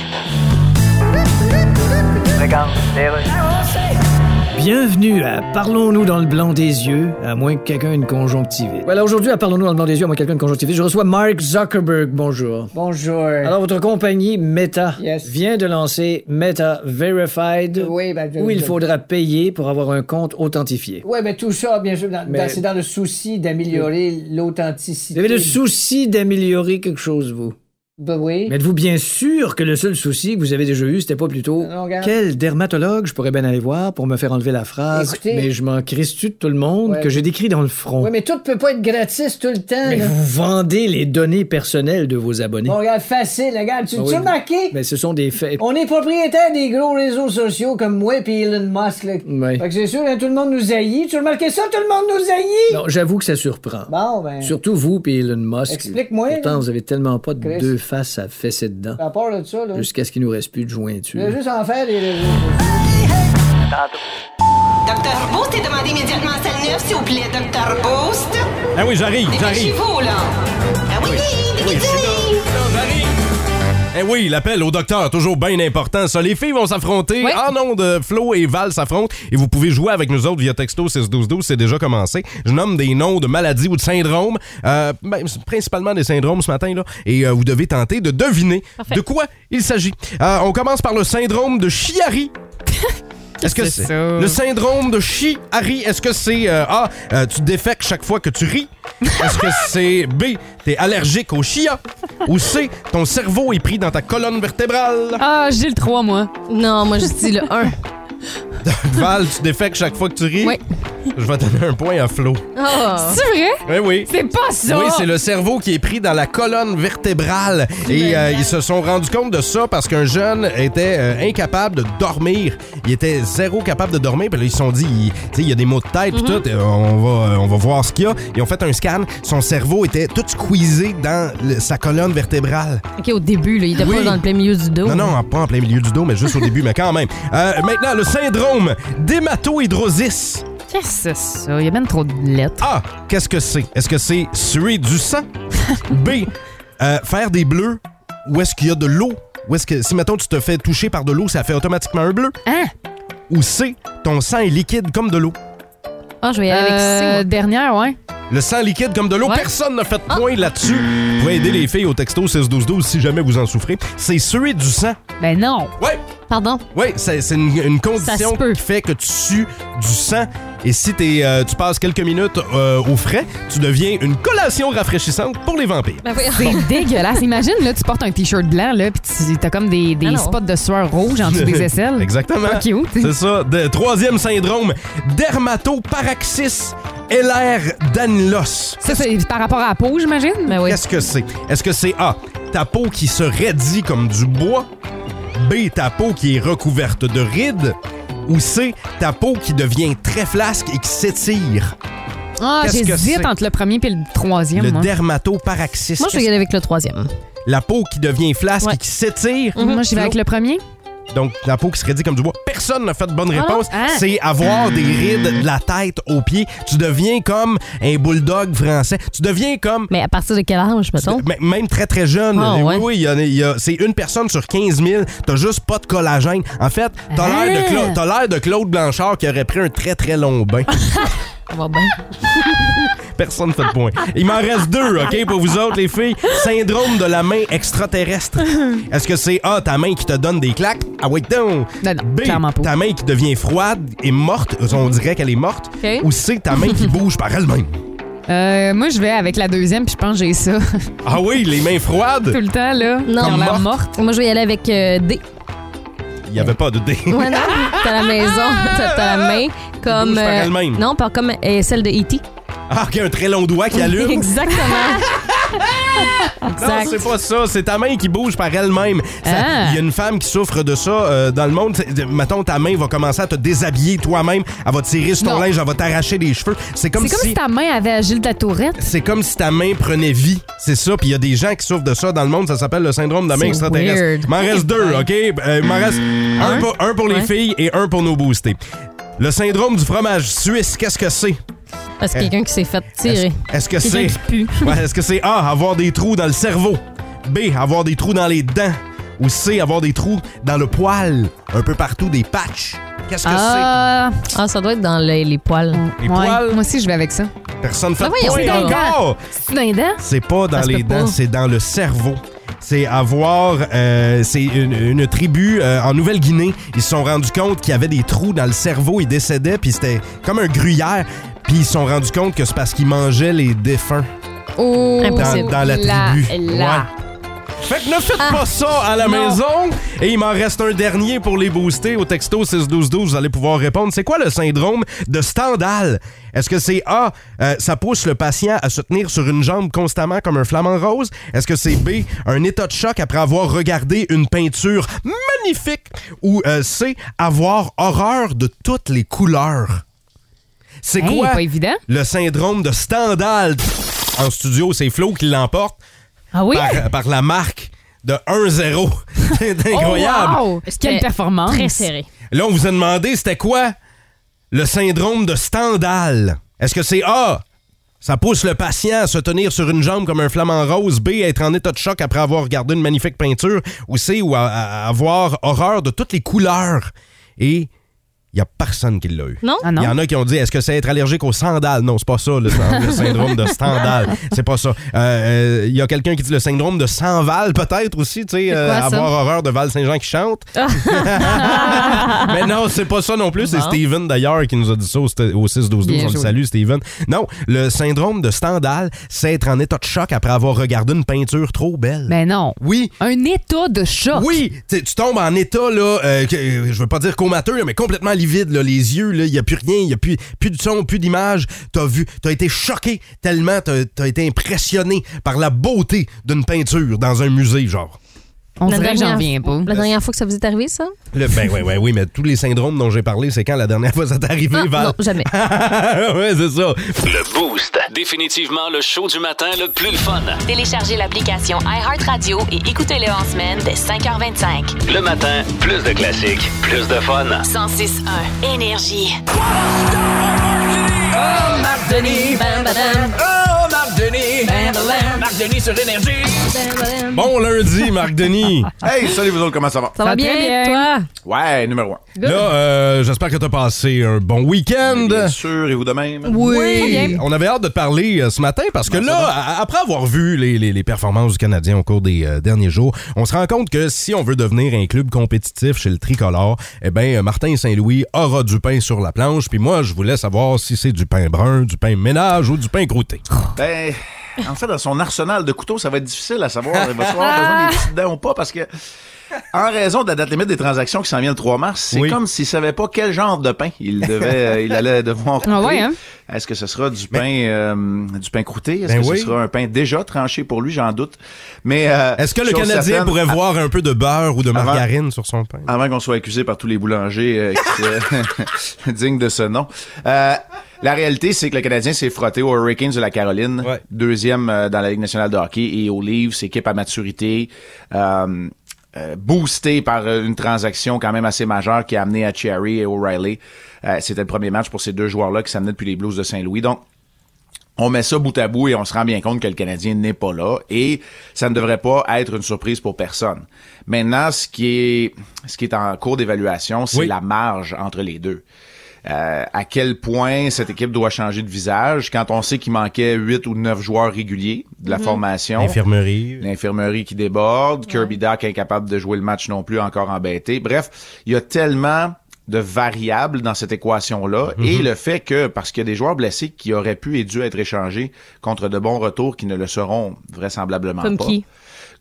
[SPEAKER 10] Bienvenue à Parlons-nous dans le blanc des yeux, à moins que quelqu'un ait une conjonctivite.
[SPEAKER 8] Voilà, aujourd'hui, à Parlons-nous dans le blanc des yeux, à moins que quelqu'un de conjonctivite, je reçois Mark Zuckerberg. Bonjour.
[SPEAKER 11] Bonjour.
[SPEAKER 8] Alors, votre compagnie Meta
[SPEAKER 11] Yes.
[SPEAKER 8] vient de lancer Meta Verified,
[SPEAKER 11] Oui, ben, je-
[SPEAKER 8] où il
[SPEAKER 11] je-
[SPEAKER 8] faudra payer pour avoir un compte authentifié.
[SPEAKER 11] ouais, mais tout ça, bien sûr, dans-
[SPEAKER 8] Mais-
[SPEAKER 11] dans- c'est dans le souci d'améliorer
[SPEAKER 8] Vous
[SPEAKER 11] l'authenticité.
[SPEAKER 8] avez le souci d'améliorer quelque chose, vous.
[SPEAKER 11] Ben oui.
[SPEAKER 8] Mais êtes-vous bien sûr que le seul souci que vous avez déjà eu, c'était pas plutôt
[SPEAKER 11] Non, regarde.
[SPEAKER 8] quel dermatologue je pourrais bien aller voir pour me faire enlever la phrase
[SPEAKER 11] Écoutez-
[SPEAKER 8] Mais je m'en crisse-tu de tout le monde
[SPEAKER 11] Ouais.
[SPEAKER 8] que j'ai décrit dans le front.
[SPEAKER 11] Ouais, mais tout peut pas être gratis tout le temps.
[SPEAKER 8] mais
[SPEAKER 11] là.
[SPEAKER 8] vous vendez les données personnelles de vos abonnés.
[SPEAKER 11] Bon, regarde, facile, regarde. Tu
[SPEAKER 8] Ah oui,
[SPEAKER 11] tu as remarqué?
[SPEAKER 8] Mais ce sont des faits.
[SPEAKER 11] On est propriétaire des gros réseaux sociaux comme moi et Elon Musk. Là.
[SPEAKER 8] Ouais.
[SPEAKER 11] Fait que c'est sûr, hein, tout le monde nous haït. Tu as remarqué ça? Tout le monde nous haït!
[SPEAKER 8] Non, j'avoue que ça surprend.
[SPEAKER 11] Bon, ben,
[SPEAKER 8] Surtout vous puis Elon Musk.
[SPEAKER 11] Explique-moi,
[SPEAKER 8] Pourtant,
[SPEAKER 11] là.
[SPEAKER 8] vous avez tellement pas de
[SPEAKER 11] Chris.
[SPEAKER 8] deux faces à fesser dedans.
[SPEAKER 11] à part de ça, là,
[SPEAKER 8] Jusqu'à ce qu'il nous reste plus de
[SPEAKER 11] je
[SPEAKER 8] jointure.
[SPEAKER 11] vais juste en faire les réseaux sociaux.
[SPEAKER 12] Docteur Boost est demandé immédiatement à salle 9, s'il vous plaît. Docteur Boost.
[SPEAKER 4] Ah oui, j'arrive, j'arrive.
[SPEAKER 12] vous, là. Ah oui,
[SPEAKER 4] Oui, je suis là, là, j'arrive. Eh oui, l'appel au docteur, toujours bien important. Ça, les filles vont s'affronter.
[SPEAKER 5] Oui.
[SPEAKER 4] En ondes, Flo et Val s'affrontent. Et vous pouvez jouer avec nous autres via texto 61212. C'est déjà commencé. Je nomme des noms de maladies ou de syndromes. Euh, ben, c'est principalement des syndromes ce matin. là. Et euh, vous devez tenter de deviner de quoi il s'agit. Euh, on commence par le syndrome de Chiari. Est-ce que c'est
[SPEAKER 6] ça?
[SPEAKER 4] le syndrome de Chiari? Est-ce que c'est euh, A, euh, tu défèques chaque fois que tu ris? Est-ce que c'est B, t'es allergique au chia? Ou C, ton cerveau est pris dans ta colonne vertébrale?
[SPEAKER 6] Ah, j'ai le 3, moi.
[SPEAKER 5] Non, moi, je dis le 1.
[SPEAKER 4] Val, tu défèques chaque fois que tu ris?
[SPEAKER 6] Oui.
[SPEAKER 4] Je vais donner un point à Flo.
[SPEAKER 5] Oh.
[SPEAKER 6] C'est vrai?
[SPEAKER 4] Oui, oui.
[SPEAKER 6] C'est pas ça!
[SPEAKER 4] Oui, c'est le cerveau qui est pris dans la colonne vertébrale. Et euh, ils se sont rendus compte de ça parce qu'un jeune était euh, incapable de dormir. Il était zéro capable de dormir. Puis là, ils se sont dit, il- tu sais, il y a des maux de tête, puis
[SPEAKER 6] Mm-hmm.
[SPEAKER 4] tout. euh, On va, euh, on va voir ce qu'il y a. Ils ont fait un scan. Son cerveau était tout squeezé dans le- sa colonne vertébrale.
[SPEAKER 5] OK, au début, là, il était
[SPEAKER 4] Oui.
[SPEAKER 5] pas dans le plein milieu du dos.
[SPEAKER 4] Non, non, en- pas en plein milieu du dos, mais juste au début, mais quand même. Euh, maintenant, le syndrome d'hématohydrosis.
[SPEAKER 6] Qu'est-ce que c'est ça? Il y a même trop de lettres.
[SPEAKER 4] A. Qu'est-ce que c'est? Est-ce que c'est suer du sang? B. euh, faire des bleus? Ou est-ce qu'il y a de l'eau? Ou est-ce que si, mettons, tu te fais toucher par de l'eau, ça fait automatiquement un bleu?
[SPEAKER 6] Hein?
[SPEAKER 4] Ou C. Ton sang est liquide comme de l'eau?
[SPEAKER 5] Ah, je vais y aller
[SPEAKER 6] Euh,
[SPEAKER 5] avec
[SPEAKER 6] dernière, ouais.
[SPEAKER 4] Le sang liquide comme de l'eau,
[SPEAKER 6] Ouais.
[SPEAKER 4] personne n'a fait
[SPEAKER 5] Ah.
[SPEAKER 4] de point là-dessus. Vous pouvez aider les filles au texto 6-12-12 si jamais vous en souffrez. C'est suer du sang.
[SPEAKER 6] Ben non.
[SPEAKER 4] Ouais,
[SPEAKER 5] ça. Pardon.
[SPEAKER 4] Oui, c'est c'est une, une
[SPEAKER 5] Ça
[SPEAKER 4] condition
[SPEAKER 5] se peut.
[SPEAKER 4] qui fait que tu sues du sang. Et si t'es, euh, tu passes quelques minutes euh, au frais, tu deviens une collation rafraîchissante pour les vampires.
[SPEAKER 5] Ben
[SPEAKER 6] C'est dégueulasse. Imagine, là, tu portes un t-shirt blanc, là, puis tu- t'as comme des, des
[SPEAKER 5] Ah non.
[SPEAKER 6] spots de sueur rouge en dessous des aisselles.
[SPEAKER 4] Exactement.
[SPEAKER 6] Pas cute.
[SPEAKER 4] C'est ça. De- troisième syndrome, dermatoparaxis danilos.
[SPEAKER 6] Ça, c'est par rapport à la peau, j'imagine?
[SPEAKER 5] Ben oui.
[SPEAKER 4] Qu'est-ce que c'est? Est-ce que c'est A, ta peau qui se raidit comme du bois? B, ta peau qui est recouverte de rides? Ou C, ta peau qui devient très flasque et qui s'étire?
[SPEAKER 6] Ah,
[SPEAKER 4] Qu'est-ce que
[SPEAKER 6] j'hésite
[SPEAKER 4] c'est?
[SPEAKER 6] entre le premier et le troisième.
[SPEAKER 4] Le
[SPEAKER 6] moi.
[SPEAKER 4] dermatoparaxis.
[SPEAKER 5] Moi, je vais y aller avec le troisième.
[SPEAKER 4] la peau qui devient flasque
[SPEAKER 5] Ouais.
[SPEAKER 4] et qui s'étire.
[SPEAKER 6] Moi, j'y vais avec le premier.
[SPEAKER 4] Donc, la peau qui se raidit comme du bois. Personne n'a fait de bonne
[SPEAKER 3] Ah non?
[SPEAKER 4] réponse.
[SPEAKER 3] Hein?
[SPEAKER 4] C'est avoir des rides de la tête aux pieds. Tu deviens comme un bulldog français. Tu deviens comme.
[SPEAKER 5] Mais à partir de quel âge, mettons?
[SPEAKER 4] M- Même très, très jeune.
[SPEAKER 5] Ah,
[SPEAKER 4] oui,
[SPEAKER 5] ouais.
[SPEAKER 4] oui, il y en a- il y a- c'est une personne sur 15 000. T'as juste pas de collagène. En fait, t'as
[SPEAKER 5] Hein?
[SPEAKER 4] l'air de, Cla- t'as l'air de Claude Blanchard qui aurait pris un très, très long bain.
[SPEAKER 5] Ça va bien.
[SPEAKER 4] Personne fait de point. Il m'en reste deux, OK, pour vous autres, les filles. Syndrome de la main extraterrestre. Est-ce que c'est A, ta main qui te donne des claques? Ah, wait, non. B, ta main qui devient froide et morte. On dirait qu'elle est morte.
[SPEAKER 6] OK.
[SPEAKER 4] Ou C, ta main qui bouge par elle-même.
[SPEAKER 6] Euh, moi, je vais avec la deuxième, puis je pense que j'ai ça.
[SPEAKER 4] Ah oui, les mains froides.
[SPEAKER 6] Tout le temps, là.
[SPEAKER 4] Comme
[SPEAKER 6] Ils ont l'air
[SPEAKER 4] morte.
[SPEAKER 6] mortes.
[SPEAKER 5] Moi, je vais y aller avec euh, D.
[SPEAKER 4] Il n'y avait pas de D.
[SPEAKER 5] Ouais, non. T'as la maison, t'as t'as la main comme.
[SPEAKER 4] bouge par
[SPEAKER 5] euh,
[SPEAKER 4] elle-même.
[SPEAKER 5] non, pas comme euh, celle de E.T.
[SPEAKER 4] Ah, OK, un très long doigt qui allume.
[SPEAKER 5] Exactement.
[SPEAKER 4] Non, c'est pas ça. C'est ta main qui bouge par elle-même. Ça-
[SPEAKER 5] Ah.
[SPEAKER 4] Il y a une femme qui souffre de ça euh, dans le monde. C'est- de- Mettons, ta main va commencer à te déshabiller toi-même. Elle va tirer sur ton
[SPEAKER 6] Non.
[SPEAKER 4] linge, elle va t'arracher les cheveux. C'est comme,
[SPEAKER 6] C'est comme si
[SPEAKER 4] si...
[SPEAKER 6] ta main avait agi de la tourette.
[SPEAKER 4] C'est comme si ta main prenait vie. C'est ça. Puis il y a des gens qui souffrent de ça dans le monde. Ça s'appelle le syndrome de la main
[SPEAKER 6] C'est
[SPEAKER 4] extraterrestre.
[SPEAKER 6] weird.
[SPEAKER 4] Il m'en reste deux, OK? Euh, Il m'en reste un, pour, un pour les
[SPEAKER 5] Ouais.
[SPEAKER 4] filles et un pour nos boostés. Le syndrome du fromage suisse, qu'est-ce que c'est?
[SPEAKER 5] Parce que Ah, quelqu'un qui s'est fait tirer.
[SPEAKER 4] Est-ce que c'est.
[SPEAKER 5] Quelqu'un qui pue.
[SPEAKER 4] Ouais, est-ce que c'est A, avoir des trous dans le cerveau? B, avoir des trous dans les dents? Ou C, avoir des trous dans le poil? Un peu partout, des patchs? Qu'est-ce que
[SPEAKER 5] ah, ah, ça doit être dans les, les poils.
[SPEAKER 4] Les poils?
[SPEAKER 6] Moi aussi, je vais avec ça.
[SPEAKER 4] c'est? Personne fait
[SPEAKER 5] Ah, voyons,
[SPEAKER 4] point
[SPEAKER 5] c'est dans les
[SPEAKER 4] encore!
[SPEAKER 6] C'est dans les dents?
[SPEAKER 4] C'est pas dans
[SPEAKER 6] Ça se
[SPEAKER 4] les
[SPEAKER 6] peut
[SPEAKER 4] dents,
[SPEAKER 6] pas.
[SPEAKER 4] c'est dans le cerveau. C'est avoir. euh, c'est une, une tribu euh, en Nouvelle-Guinée. Ils se sont rendus compte qu'il y avait des trous dans le cerveau. Ils décédaient, puis c'était comme un gruyère. Puis ils se sont rendus compte que c'est parce qu'ils mangeaient les défunts.
[SPEAKER 6] Oh,
[SPEAKER 4] dans, dans la
[SPEAKER 6] là,
[SPEAKER 4] tribu.
[SPEAKER 6] là.
[SPEAKER 4] Ouais. Fait que ne faites pas ça à la maison. Et il m'en reste un dernier pour les booster. Au texto 6-12-12, vous allez pouvoir répondre. C'est quoi le syndrome de Stendhal? Est-ce que c'est A, euh, ça pousse le patient à se tenir sur une jambe constamment comme un flamant rose? Est-ce que c'est B, un état de choc après avoir regardé une peinture magnifique? Ou euh, C, avoir horreur de toutes les couleurs? C'est
[SPEAKER 6] Hey,
[SPEAKER 4] quoi
[SPEAKER 6] pas évident.
[SPEAKER 4] le syndrome de Stendhal? En studio, c'est Flo qui l'emporte
[SPEAKER 6] Ah oui?
[SPEAKER 4] par, euh, par la marque de 1-0. C'est incroyable.
[SPEAKER 6] Oh, wow! Quelle performance!
[SPEAKER 5] Très serré.
[SPEAKER 4] Là, on vous a demandé c'était quoi le syndrome de Stendhal. Est-ce que c'est A? Ça pousse le patient à se tenir sur une jambe comme un flamant rose. B, être en état de choc après avoir regardé une magnifique peinture. Ou C, ou à- à- avoir horreur de toutes les couleurs. Et il n'y a personne qui l'a eu.
[SPEAKER 5] Non? Ah
[SPEAKER 4] Il
[SPEAKER 5] non?
[SPEAKER 4] y en a qui ont dit est-ce que c'est être allergique au sandal Non, c'est pas ça, le, le syndrome de Stendhal. C'est pas ça. Euh, euh, Il y a quelqu'un qui dit le syndrome de Sanval, peut-être aussi, tu sais,
[SPEAKER 3] quoi,
[SPEAKER 4] euh,
[SPEAKER 3] ça?
[SPEAKER 4] avoir horreur de Val Saint-Jean qui chante.
[SPEAKER 5] Ah.
[SPEAKER 4] Mais non, c'est pas ça non plus. C'est
[SPEAKER 3] Ah. Bon.
[SPEAKER 4] Steven d'ailleurs qui nous a dit ça au, st- au 6-12-12.
[SPEAKER 3] Bien
[SPEAKER 4] On le
[SPEAKER 3] joué.
[SPEAKER 4] salue, Steven. Non, le syndrome de Stendhal, c'est être en état de choc après avoir regardé une peinture trop belle.
[SPEAKER 6] Mais non.
[SPEAKER 4] Oui.
[SPEAKER 6] Un état de choc.
[SPEAKER 4] Oui, tu tu tombes en état, là, euh, que- euh, je veux pas dire comateux, là, mais complètement livide, là, les yeux, il n'y a plus rien, il n'y a plus, plus de son, plus d'image. T'as vu, t'as été choqué tellement, t'as as été impressionné par la beauté d'une peinture dans un musée, genre.
[SPEAKER 6] On
[SPEAKER 5] La
[SPEAKER 6] dirait que j'en
[SPEAKER 5] dernière-
[SPEAKER 6] viens pas.
[SPEAKER 5] La dernière fois que ça vous est arrivé, ça?
[SPEAKER 4] Le, ben oui, oui, oui, mais tous les syndromes dont j'ai parlé, c'est quand la dernière fois ça t'est arrivé,
[SPEAKER 5] Ah,
[SPEAKER 4] Val?
[SPEAKER 5] non, jamais.
[SPEAKER 4] ouais, c'est ça.
[SPEAKER 2] Le Boost. Définitivement le show du matin le plus le fun.
[SPEAKER 1] Téléchargez l'application iHeartRadio et écoutez-le en semaine dès 5h25.
[SPEAKER 2] Le matin, plus de classiques, plus de fun.
[SPEAKER 1] 106.1 Énergie.
[SPEAKER 3] Oh, Marc Denis! Oh, Marc Denis! Marc Denis sur l'énergie!
[SPEAKER 4] Bon lundi, Marc Denis.
[SPEAKER 13] Hey, salut vous autres, comment ça va?
[SPEAKER 5] Ça va bien, toi?
[SPEAKER 13] Ouais, numéro un.
[SPEAKER 4] Là, euh, j'espère que t'as passé un bon week-end. Bien
[SPEAKER 13] sûr, et vous de même?
[SPEAKER 5] Oui. Bien.
[SPEAKER 4] On avait hâte de te parler euh, ce matin parce que là, a- après avoir vu les, les- les performances du Canadien au cours des euh, derniers jours, on se rend compte que si on veut devenir un club compétitif chez le tricolore, eh bien, euh, Martin Saint-Louis aura du pain sur la planche. Puis moi, je voulais savoir si c'est du pain brun, du pain ménage ou du pain croûté.
[SPEAKER 13] Ben, en fait, dans son arsenal de couteaux, ça va être difficile à savoir. Il va se avoir besoin des petites dents ou pas parce que, en raison de la date limite des transactions qui s'en vient le 3 mars, c'est
[SPEAKER 14] Oui.
[SPEAKER 13] comme s'il savait pas quel genre de pain il devait, euh, il allait devoir
[SPEAKER 14] Ah ouais,
[SPEAKER 13] couper.
[SPEAKER 14] hein?
[SPEAKER 13] Est-ce que ce sera du pain, euh, du pain croûté? Est-ce
[SPEAKER 4] Ben
[SPEAKER 13] que
[SPEAKER 4] oui.
[SPEAKER 13] ce sera un pain déjà tranché pour lui? J'en doute. Mais, euh,
[SPEAKER 4] Est-ce que le Canadien pourrait voir un peu de beurre ou de
[SPEAKER 13] Avant-
[SPEAKER 4] margarine sur son pain?
[SPEAKER 13] Avant qu'on soit accusé par tous les boulangers euh, qui, euh, dignes de ce nom. Euh, la réalité, c'est que le Canadien s'est frotté aux Hurricanes de la Caroline, deuxième euh, dans la Ligue nationale de hockey, et aux Leafs, équipe à maturité. Euh, euh, boosté par euh, une transaction quand même assez majeure qui a amené à Cherry et O'Reilly. Euh, C'était le premier match pour ces deux joueurs-là qui s'amenaient depuis les Blues de Saint-Louis. Donc, on met ça bout à bout et on se rend bien compte que le Canadien n'est pas là et ça ne devrait pas être une surprise pour personne. Maintenant, ce qui est, ce qui est en cours d'évaluation, c'est la marge entre les deux. Euh, à quel point cette équipe doit changer de visage quand on sait qu'il manquait 8 ou 9 joueurs réguliers de la
[SPEAKER 4] Mhm.
[SPEAKER 13] formation.
[SPEAKER 4] L'infirmerie.
[SPEAKER 13] L'infirmerie qui déborde, Kirby Doc incapable de jouer le match non plus, encore embêté. Bref, il y a tellement de variables dans cette équation-là
[SPEAKER 14] Mhm.
[SPEAKER 13] et le fait que, parce qu'il y a des joueurs blessés qui auraient pu et dû être échangés contre de bons retours qui ne le seront vraisemblablement
[SPEAKER 5] Comme
[SPEAKER 13] pas.
[SPEAKER 5] qui?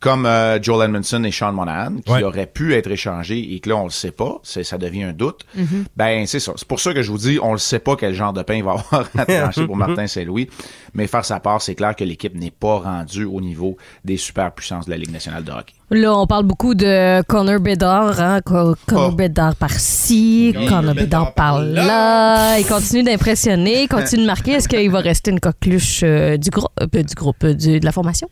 [SPEAKER 13] Comme euh, Joel Edmondson et Sean Monahan, qui auraient pu être échangés et que là, on le sait pas, c'est- ça devient un doute.
[SPEAKER 3] Mhm.
[SPEAKER 13] Ben, c'est ça. C'est pour ça que je vous dis, on le sait pas quel genre de pain il va avoir à trancher pour Martin Saint-Louis. Mais faire sa part, c'est clair que l'équipe n'est pas rendue au niveau des superpuissances de la Ligue nationale de hockey.
[SPEAKER 5] Là, on parle beaucoup de Connor Bedard, hein? Co-
[SPEAKER 4] Oh.
[SPEAKER 5] Connor Bedard par-ci,
[SPEAKER 13] Connor
[SPEAKER 5] Connor Bedard par-là. Il continue d'impressionner, il continue de marquer. Est-ce qu'il va rester une coqueluche euh, du, groupe du groupe, euh, du- de la formation?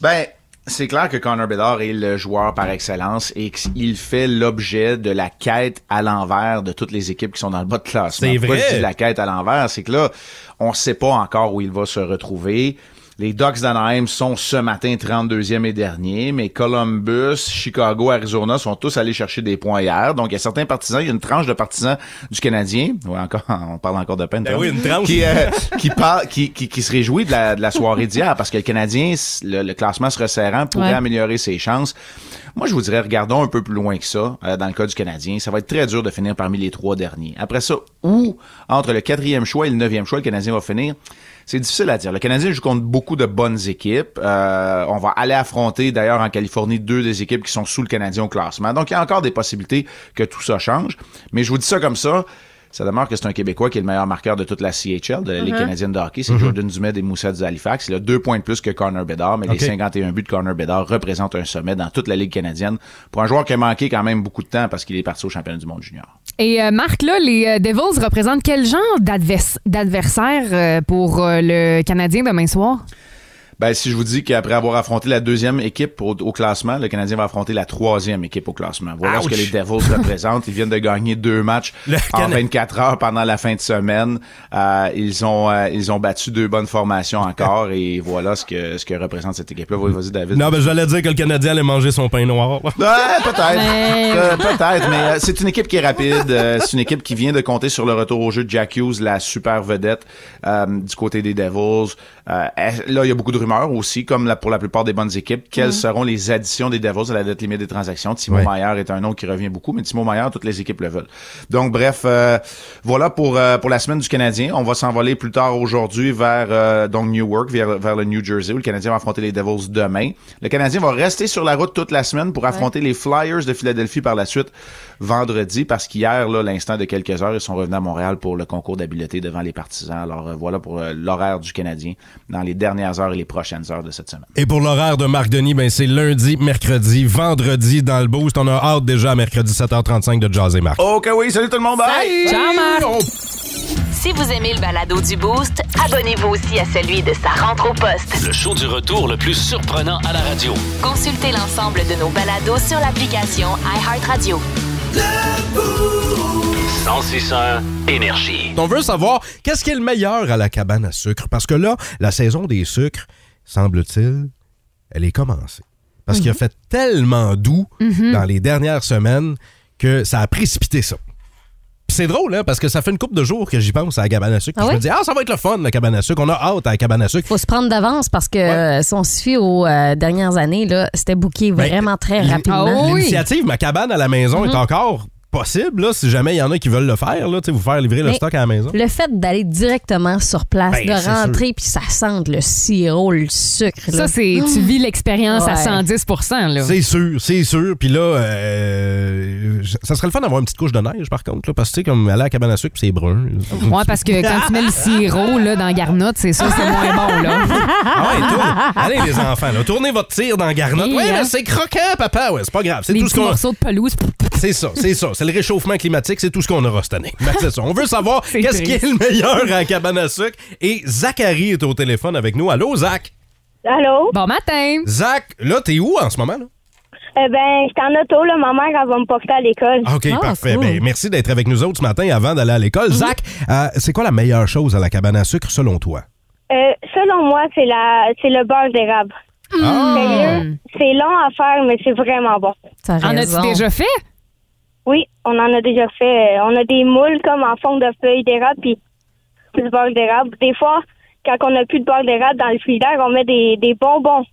[SPEAKER 13] Ben, c'est clair que Connor Bedard est le joueur par excellence et qu'il fait l'objet de la quête à l'envers de toutes les équipes qui sont dans le bas de classement.
[SPEAKER 4] C'est
[SPEAKER 13] Pourquoi
[SPEAKER 4] vrai.
[SPEAKER 13] je dis la quête à l'envers, c'est que là, on sait pas encore où il va se retrouver. Les Ducks d'Anaheim sont ce matin 32e et dernier, mais Columbus, Chicago, Arizona sont tous allés chercher des points hier. Donc, il y a certains partisans, il y a une tranche de partisans du Canadien. Ouais, encore, on parle encore de peine.
[SPEAKER 4] Ben oui, une tranche.
[SPEAKER 13] Qui, euh, qui, par- qui, qui, qui se réjouit de la, de la soirée d'hier parce que le Canadien, s- le, le classement se resserrant, pourrait
[SPEAKER 15] Ouais.
[SPEAKER 13] améliorer ses chances. Moi, je vous dirais, regardons un peu plus loin que ça euh, dans le cas du Canadien. Ça va être très dur de finir parmi les trois derniers. Après ça, où entre le quatrième choix et le neuvième choix, le Canadien va finir? C'est difficile à dire. Le Canadien joue contre beaucoup de bonnes équipes. Euh, on va aller affronter d'ailleurs en Californie deux des équipes qui sont sous le Canadien au classement. Donc, il y a encore des possibilités que tout ça change. Mais je vous dis ça comme ça. Ça demeure que c'est un Québécois qui est le meilleur marqueur de toute la CHL, de la Ligue
[SPEAKER 15] Mhm.
[SPEAKER 13] canadienne de hockey. C'est Jordan Dumais des Moussets du Halifax. Il a deux points de plus que Connor Bedard, mais
[SPEAKER 15] OK.
[SPEAKER 13] les 51 buts de Connor Bedard représentent un sommet dans toute la Ligue canadienne pour un joueur qui a manqué quand même beaucoup de temps parce qu'il est parti au championnat du monde junior.
[SPEAKER 6] Et euh, Marc, là, les euh, Devils représentent quel genre d'advers- d'adversaire euh, pour euh, le Canadien demain soir?
[SPEAKER 13] Ben, si je vous dis qu'après avoir affronté la deuxième équipe au, au classement, le Canadien va affronter la troisième équipe au classement. Voilà
[SPEAKER 4] Ouch.
[SPEAKER 13] ce que les Devils représentent. Ils viennent de gagner deux matchs en
[SPEAKER 4] Cana-
[SPEAKER 13] 24 heures pendant la fin de semaine. Euh, ils ont euh, ils ont battu deux bonnes formations encore et voilà ce que ce que représente cette équipe-là. Vas-y, vas-y, David.
[SPEAKER 4] Non, ben j'allais dire que le Canadien allait manger son pain noir.
[SPEAKER 13] Ouais, peut-être. Euh, peut-être, mais euh, c'est une équipe qui est rapide. Euh, c'est une équipe qui vient de compter sur le retour au jeu de Jack Hughes, la super vedette euh, du côté des Devils. Euh, est- là, il y a beaucoup de rumeurs aussi, comme la- pour la plupart des bonnes équipes. Quelles
[SPEAKER 15] Mhm.
[SPEAKER 13] seront les additions des Devils à la date limite des transactions? Timo
[SPEAKER 15] Ouais.
[SPEAKER 13] Maillard est un nom qui revient beaucoup, mais Timo Maillard, toutes les équipes le veulent. Donc, bref, euh, voilà pour, euh, pour la semaine du Canadien. On va s'envoler plus tard aujourd'hui vers euh, donc Newark, vers, vers le New Jersey, où le Canadien va affronter les Devils demain. Le Canadien va rester sur la route toute la semaine pour affronter les Flyers de Philadelphie par la suite vendredi, parce qu'hier, là, l'instant de quelques heures, ils sont revenus à Montréal pour le concours d'habileté devant les partisans. Alors, euh, voilà pour euh, l'horaire du Canadien dans les dernières heures et les prochaines heures de cette semaine.
[SPEAKER 4] Et pour l'horaire de Marc Denis, ben c'est lundi, mercredi, vendredi dans le boost. On a hâte déjà à mercredi 7h35 de Jazz et Marc.
[SPEAKER 13] Ok, oui, salut tout le monde, bye!
[SPEAKER 3] Oh.
[SPEAKER 1] Si vous aimez le balado du Boost, abonnez-vous aussi à celui de sa rentre au poste.
[SPEAKER 2] Le show du retour le plus surprenant à la radio.
[SPEAKER 1] Consultez l'ensemble de nos balados sur l'application iHeartRadio.
[SPEAKER 2] 1061 Énergie.
[SPEAKER 4] On veut savoir qu'est-ce qui est le meilleur à la cabane à sucre. Parce que là, la saison des sucres, semble-t-il, elle est commencée. Parce
[SPEAKER 5] Mhm.
[SPEAKER 4] qu'il a fait tellement doux
[SPEAKER 15] Mhm.
[SPEAKER 4] dans les dernières semaines que ça a précipité ça. Puis c'est drôle, hein, parce que ça fait une couple de jours que j'y pense à la cabane à sucre.
[SPEAKER 5] Ah
[SPEAKER 4] Puis
[SPEAKER 5] ouais?
[SPEAKER 4] Je me dis, ah, ça va être le fun, la cabane à sucre. On a hâte à la cabane à sucre.
[SPEAKER 5] Faut se prendre d'avance parce que euh, si on se fie aux euh, dernières années, là, c'était booké
[SPEAKER 4] Ben,
[SPEAKER 5] vraiment très
[SPEAKER 4] Ah
[SPEAKER 5] rapidement.
[SPEAKER 4] L'initiative Ma cabane à la maison
[SPEAKER 5] Mhm.
[SPEAKER 4] est encore possible, là, si jamais il y en a qui veulent le faire, là, tu sais, vous faire livrer le
[SPEAKER 5] Mais
[SPEAKER 4] stock à la maison.
[SPEAKER 5] Le fait d'aller directement sur place,
[SPEAKER 4] Ben, c'est
[SPEAKER 5] de rentrer, puis ça sente le sirop, le sucre. là.
[SPEAKER 6] Ça, c'est tu
[SPEAKER 5] Mmh.
[SPEAKER 6] vis l'expérience à
[SPEAKER 5] Ouais.
[SPEAKER 6] 110 là.
[SPEAKER 4] C'est sûr, c'est sûr. Puis là, euh, ça serait le fun d'avoir une petite couche de neige, par contre, là, parce que tu sais, comme aller à la cabane à sucre, puis c'est brun.
[SPEAKER 6] Ouais, parce que quand tu mets le sirop là, dans garnotte, c'est ça, c'est moins bon. Là.
[SPEAKER 4] Ah ouais, tourne- Allez, les enfants, là, tournez votre tir dans Garnotte.
[SPEAKER 6] Oui,
[SPEAKER 4] Ouais,
[SPEAKER 6] hein.
[SPEAKER 4] mais c'est croquant, papa. Ouais, c'est pas grave. C'est
[SPEAKER 6] Les
[SPEAKER 4] tout ce
[SPEAKER 6] petits
[SPEAKER 4] qu'on.
[SPEAKER 6] morceaux de pelouse.
[SPEAKER 4] C'est ça, c'est ça. C'est le réchauffement climatique, c'est tout ce qu'on aura cette année. Ben, c'est ça. On veut savoir
[SPEAKER 15] C'est
[SPEAKER 4] qu'est-ce qui
[SPEAKER 15] triste.
[SPEAKER 4] est le meilleur à la cabane à sucre. Et Zachary est au téléphone avec nous. Allô, Zach?
[SPEAKER 16] Allô?
[SPEAKER 6] Bon matin!
[SPEAKER 4] Zach, là, t'es où en ce moment? Là?
[SPEAKER 14] Euh, ben, j'étais en auto, là. Ma mère, elle va me porter à l'école.
[SPEAKER 4] OK, parfait. Ben, merci d'être avec nous autres ce matin avant d'aller à l'école. Zach, euh, c'est quoi la meilleure chose à la cabane à sucre selon toi?
[SPEAKER 14] Euh, selon moi, c'est la, c'est le beurre d'érable.
[SPEAKER 4] Ah.
[SPEAKER 14] Sérieux, c'est long à faire, mais c'est vraiment bon.
[SPEAKER 6] En as-tu déjà fait?
[SPEAKER 14] Oui, on en a déjà fait. Euh, On a des moules comme en forme de feuilles d'érable puis du beurre d'érable. Des fois, quand on n'a plus de beurre d'érable dans le frigidaire, on met des, des bonbons.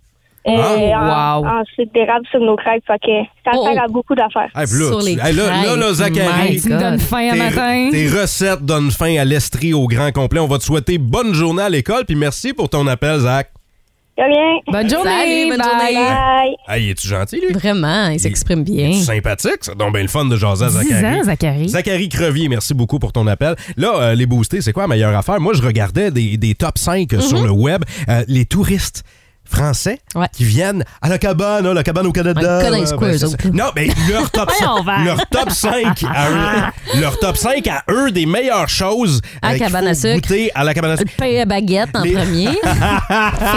[SPEAKER 14] euh,
[SPEAKER 4] Ah,
[SPEAKER 14] en,
[SPEAKER 4] wow.
[SPEAKER 14] en sucre d'érable sur nos crêpes. Fait que ça sert à beaucoup d'affaires.
[SPEAKER 4] Hey, puis là, tu- hey, là, là, là, Zachary,
[SPEAKER 6] My God. Tu me donnes faim à
[SPEAKER 4] tes-
[SPEAKER 6] matin.
[SPEAKER 4] Tes recettes donnent fin à l'estrie au grand complet. On va te souhaiter bonne journée à l'école, puis merci pour ton appel, Zach.
[SPEAKER 14] bien.
[SPEAKER 5] Bonne journée.
[SPEAKER 14] Salut, bonne
[SPEAKER 5] bye.
[SPEAKER 14] journée. Bye.
[SPEAKER 4] Hey, es-tu gentil, lui?
[SPEAKER 5] Vraiment, il s'exprime bien.
[SPEAKER 4] Sympathique, ça donne bien le fun de jaser à
[SPEAKER 5] Dis-en,
[SPEAKER 4] Zachary.
[SPEAKER 5] Zachary.
[SPEAKER 4] Zachary Crevier, merci beaucoup pour ton appel. Là, euh, les boostés, c'est quoi la meilleure affaire? Moi, je regardais des, des top 5
[SPEAKER 5] Mhm.
[SPEAKER 4] sur le web. Euh, les touristes français qui viennent à la cabane, hein, la cabane au Canada.
[SPEAKER 5] Ouais, ils connaissent
[SPEAKER 4] euh,
[SPEAKER 5] quoi, eux
[SPEAKER 4] c'est ça.
[SPEAKER 5] autres?
[SPEAKER 4] Non, mais leur top,
[SPEAKER 5] Voyons, Val.
[SPEAKER 4] leur top 5 à eux, leur top 5 à eux des meilleures choses
[SPEAKER 5] À
[SPEAKER 4] euh, qu'il
[SPEAKER 5] cabane
[SPEAKER 4] faut
[SPEAKER 5] à sucre.
[SPEAKER 4] goûter à la cabane à sucre.
[SPEAKER 5] Pain à baguette en premier.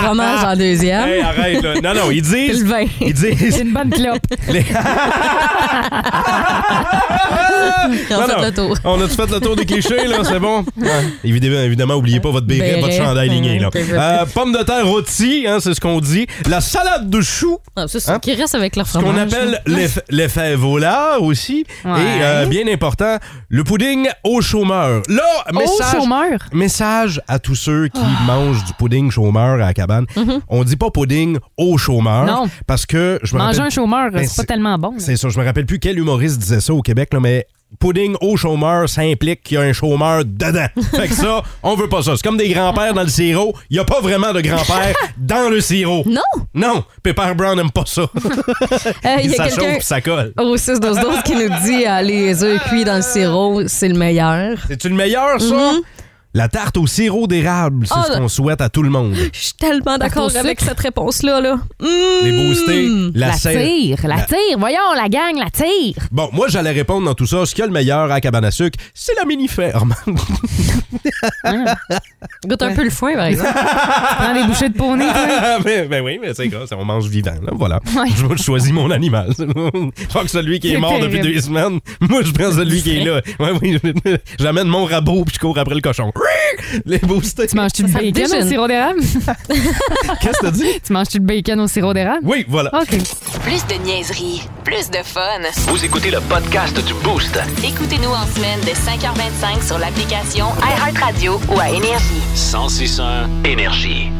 [SPEAKER 5] Fromage en deuxième.
[SPEAKER 4] Hey, arrête, là. Non, non, ils disent-
[SPEAKER 5] Le vin.
[SPEAKER 4] ils disent-
[SPEAKER 6] Une bonne clope.
[SPEAKER 4] Les-
[SPEAKER 5] Ils ont
[SPEAKER 4] Non,
[SPEAKER 5] fait
[SPEAKER 4] non.
[SPEAKER 5] le tour.
[SPEAKER 4] On a-tu fait le tour des clichés, là? C'est bon? Ouais. Évidemment, évidemment, oubliez pas votre béret,
[SPEAKER 5] Béret.
[SPEAKER 4] votre chandail
[SPEAKER 6] Ben,
[SPEAKER 4] ligné. Là.
[SPEAKER 5] Ouais, c'est ça.
[SPEAKER 4] Euh, pommes de terre rôties, hein, c'est ce qu'on dit. La salade de choux.
[SPEAKER 5] Ah, ça, c'est ce qui reste avec leur
[SPEAKER 4] Hein? Ce qu'on
[SPEAKER 5] fromage.
[SPEAKER 4] appelle
[SPEAKER 6] hein?
[SPEAKER 4] l'eff- l'effet volard aussi.
[SPEAKER 5] Ouais.
[SPEAKER 4] Et euh, bien important, le pudding au chômeur. Là,
[SPEAKER 6] Au
[SPEAKER 4] message,
[SPEAKER 6] chômeur? Ah.
[SPEAKER 4] message à tous ceux qui mangent du pudding chômeur à la cabane.
[SPEAKER 6] Mhm.
[SPEAKER 4] On dit pas pudding au chômeur.
[SPEAKER 6] Non.
[SPEAKER 4] Parce que je me
[SPEAKER 6] Manger
[SPEAKER 4] rappelle-
[SPEAKER 6] un chômeur,
[SPEAKER 4] Ben,
[SPEAKER 6] c'est pas tellement bon.
[SPEAKER 4] c'est ça, je me rappelle plus quel humoriste disait ça au Québec, là, mais pudding au chômeur, ça implique qu'il y a un chômeur dedans. Fait que ça, on veut pas ça. C'est comme des grands-pères dans le sirop. Il y a pas vraiment de grands-pères dans le sirop.
[SPEAKER 5] Non.
[SPEAKER 4] Non. Pepper Brown aime pas ça.
[SPEAKER 5] Euh, il y a
[SPEAKER 4] ça chauffe
[SPEAKER 5] quelqu'un
[SPEAKER 4] puis ça colle.
[SPEAKER 5] au 6 12 12 qui nous dit ah, les œufs cuits dans le sirop, c'est le meilleur.
[SPEAKER 4] C'est-tu le meilleur, ça? La tarte au sirop d'érable, c'est
[SPEAKER 5] Ah,
[SPEAKER 4] ce qu'on souhaite à tout le monde.
[SPEAKER 5] Je suis tellement d'accord
[SPEAKER 6] au
[SPEAKER 5] avec
[SPEAKER 6] sucre.
[SPEAKER 5] cette réponse-là. Là. Mmh!
[SPEAKER 4] Les boostés, la,
[SPEAKER 6] La
[SPEAKER 4] serre-
[SPEAKER 6] tire, la
[SPEAKER 4] la-
[SPEAKER 6] tire. Voyons, la gang, la tire.
[SPEAKER 4] Bon, moi, j'allais répondre dans tout ça. Ce qu'il y a le meilleur à la cabane à sucre, c'est la mini-ferme.
[SPEAKER 5] Goûte un peu le foin, par exemple.
[SPEAKER 6] Tu prends des bouchées de poney, toi.
[SPEAKER 4] ben, ben oui, mais c'est grave, on mange vivant. là, voilà. Je, je choisis mon animal. Pas que celui qui est
[SPEAKER 6] C'est
[SPEAKER 4] mort depuis
[SPEAKER 6] terrible.
[SPEAKER 4] deux semaines. Moi, je prends celui qui est là. Ouais, oui, je- J'amène mon rabot puis je cours après le cochon. Les boostés.
[SPEAKER 6] Tu manges-tu du
[SPEAKER 4] Ça me
[SPEAKER 6] bacon
[SPEAKER 4] déjeune.
[SPEAKER 6] au sirop d'érable?
[SPEAKER 4] Qu'est-ce que t'as dit?
[SPEAKER 6] Tu manges-tu le bacon au sirop d'érable?
[SPEAKER 4] Oui, voilà.
[SPEAKER 6] OK.
[SPEAKER 1] Plus de niaiserie, plus de fun.
[SPEAKER 2] Vous écoutez le podcast du Boost.
[SPEAKER 1] Écoutez-nous en semaine de 5h25 sur l'application iHeartRadio ou à Énergie.
[SPEAKER 2] 1061 Énergie.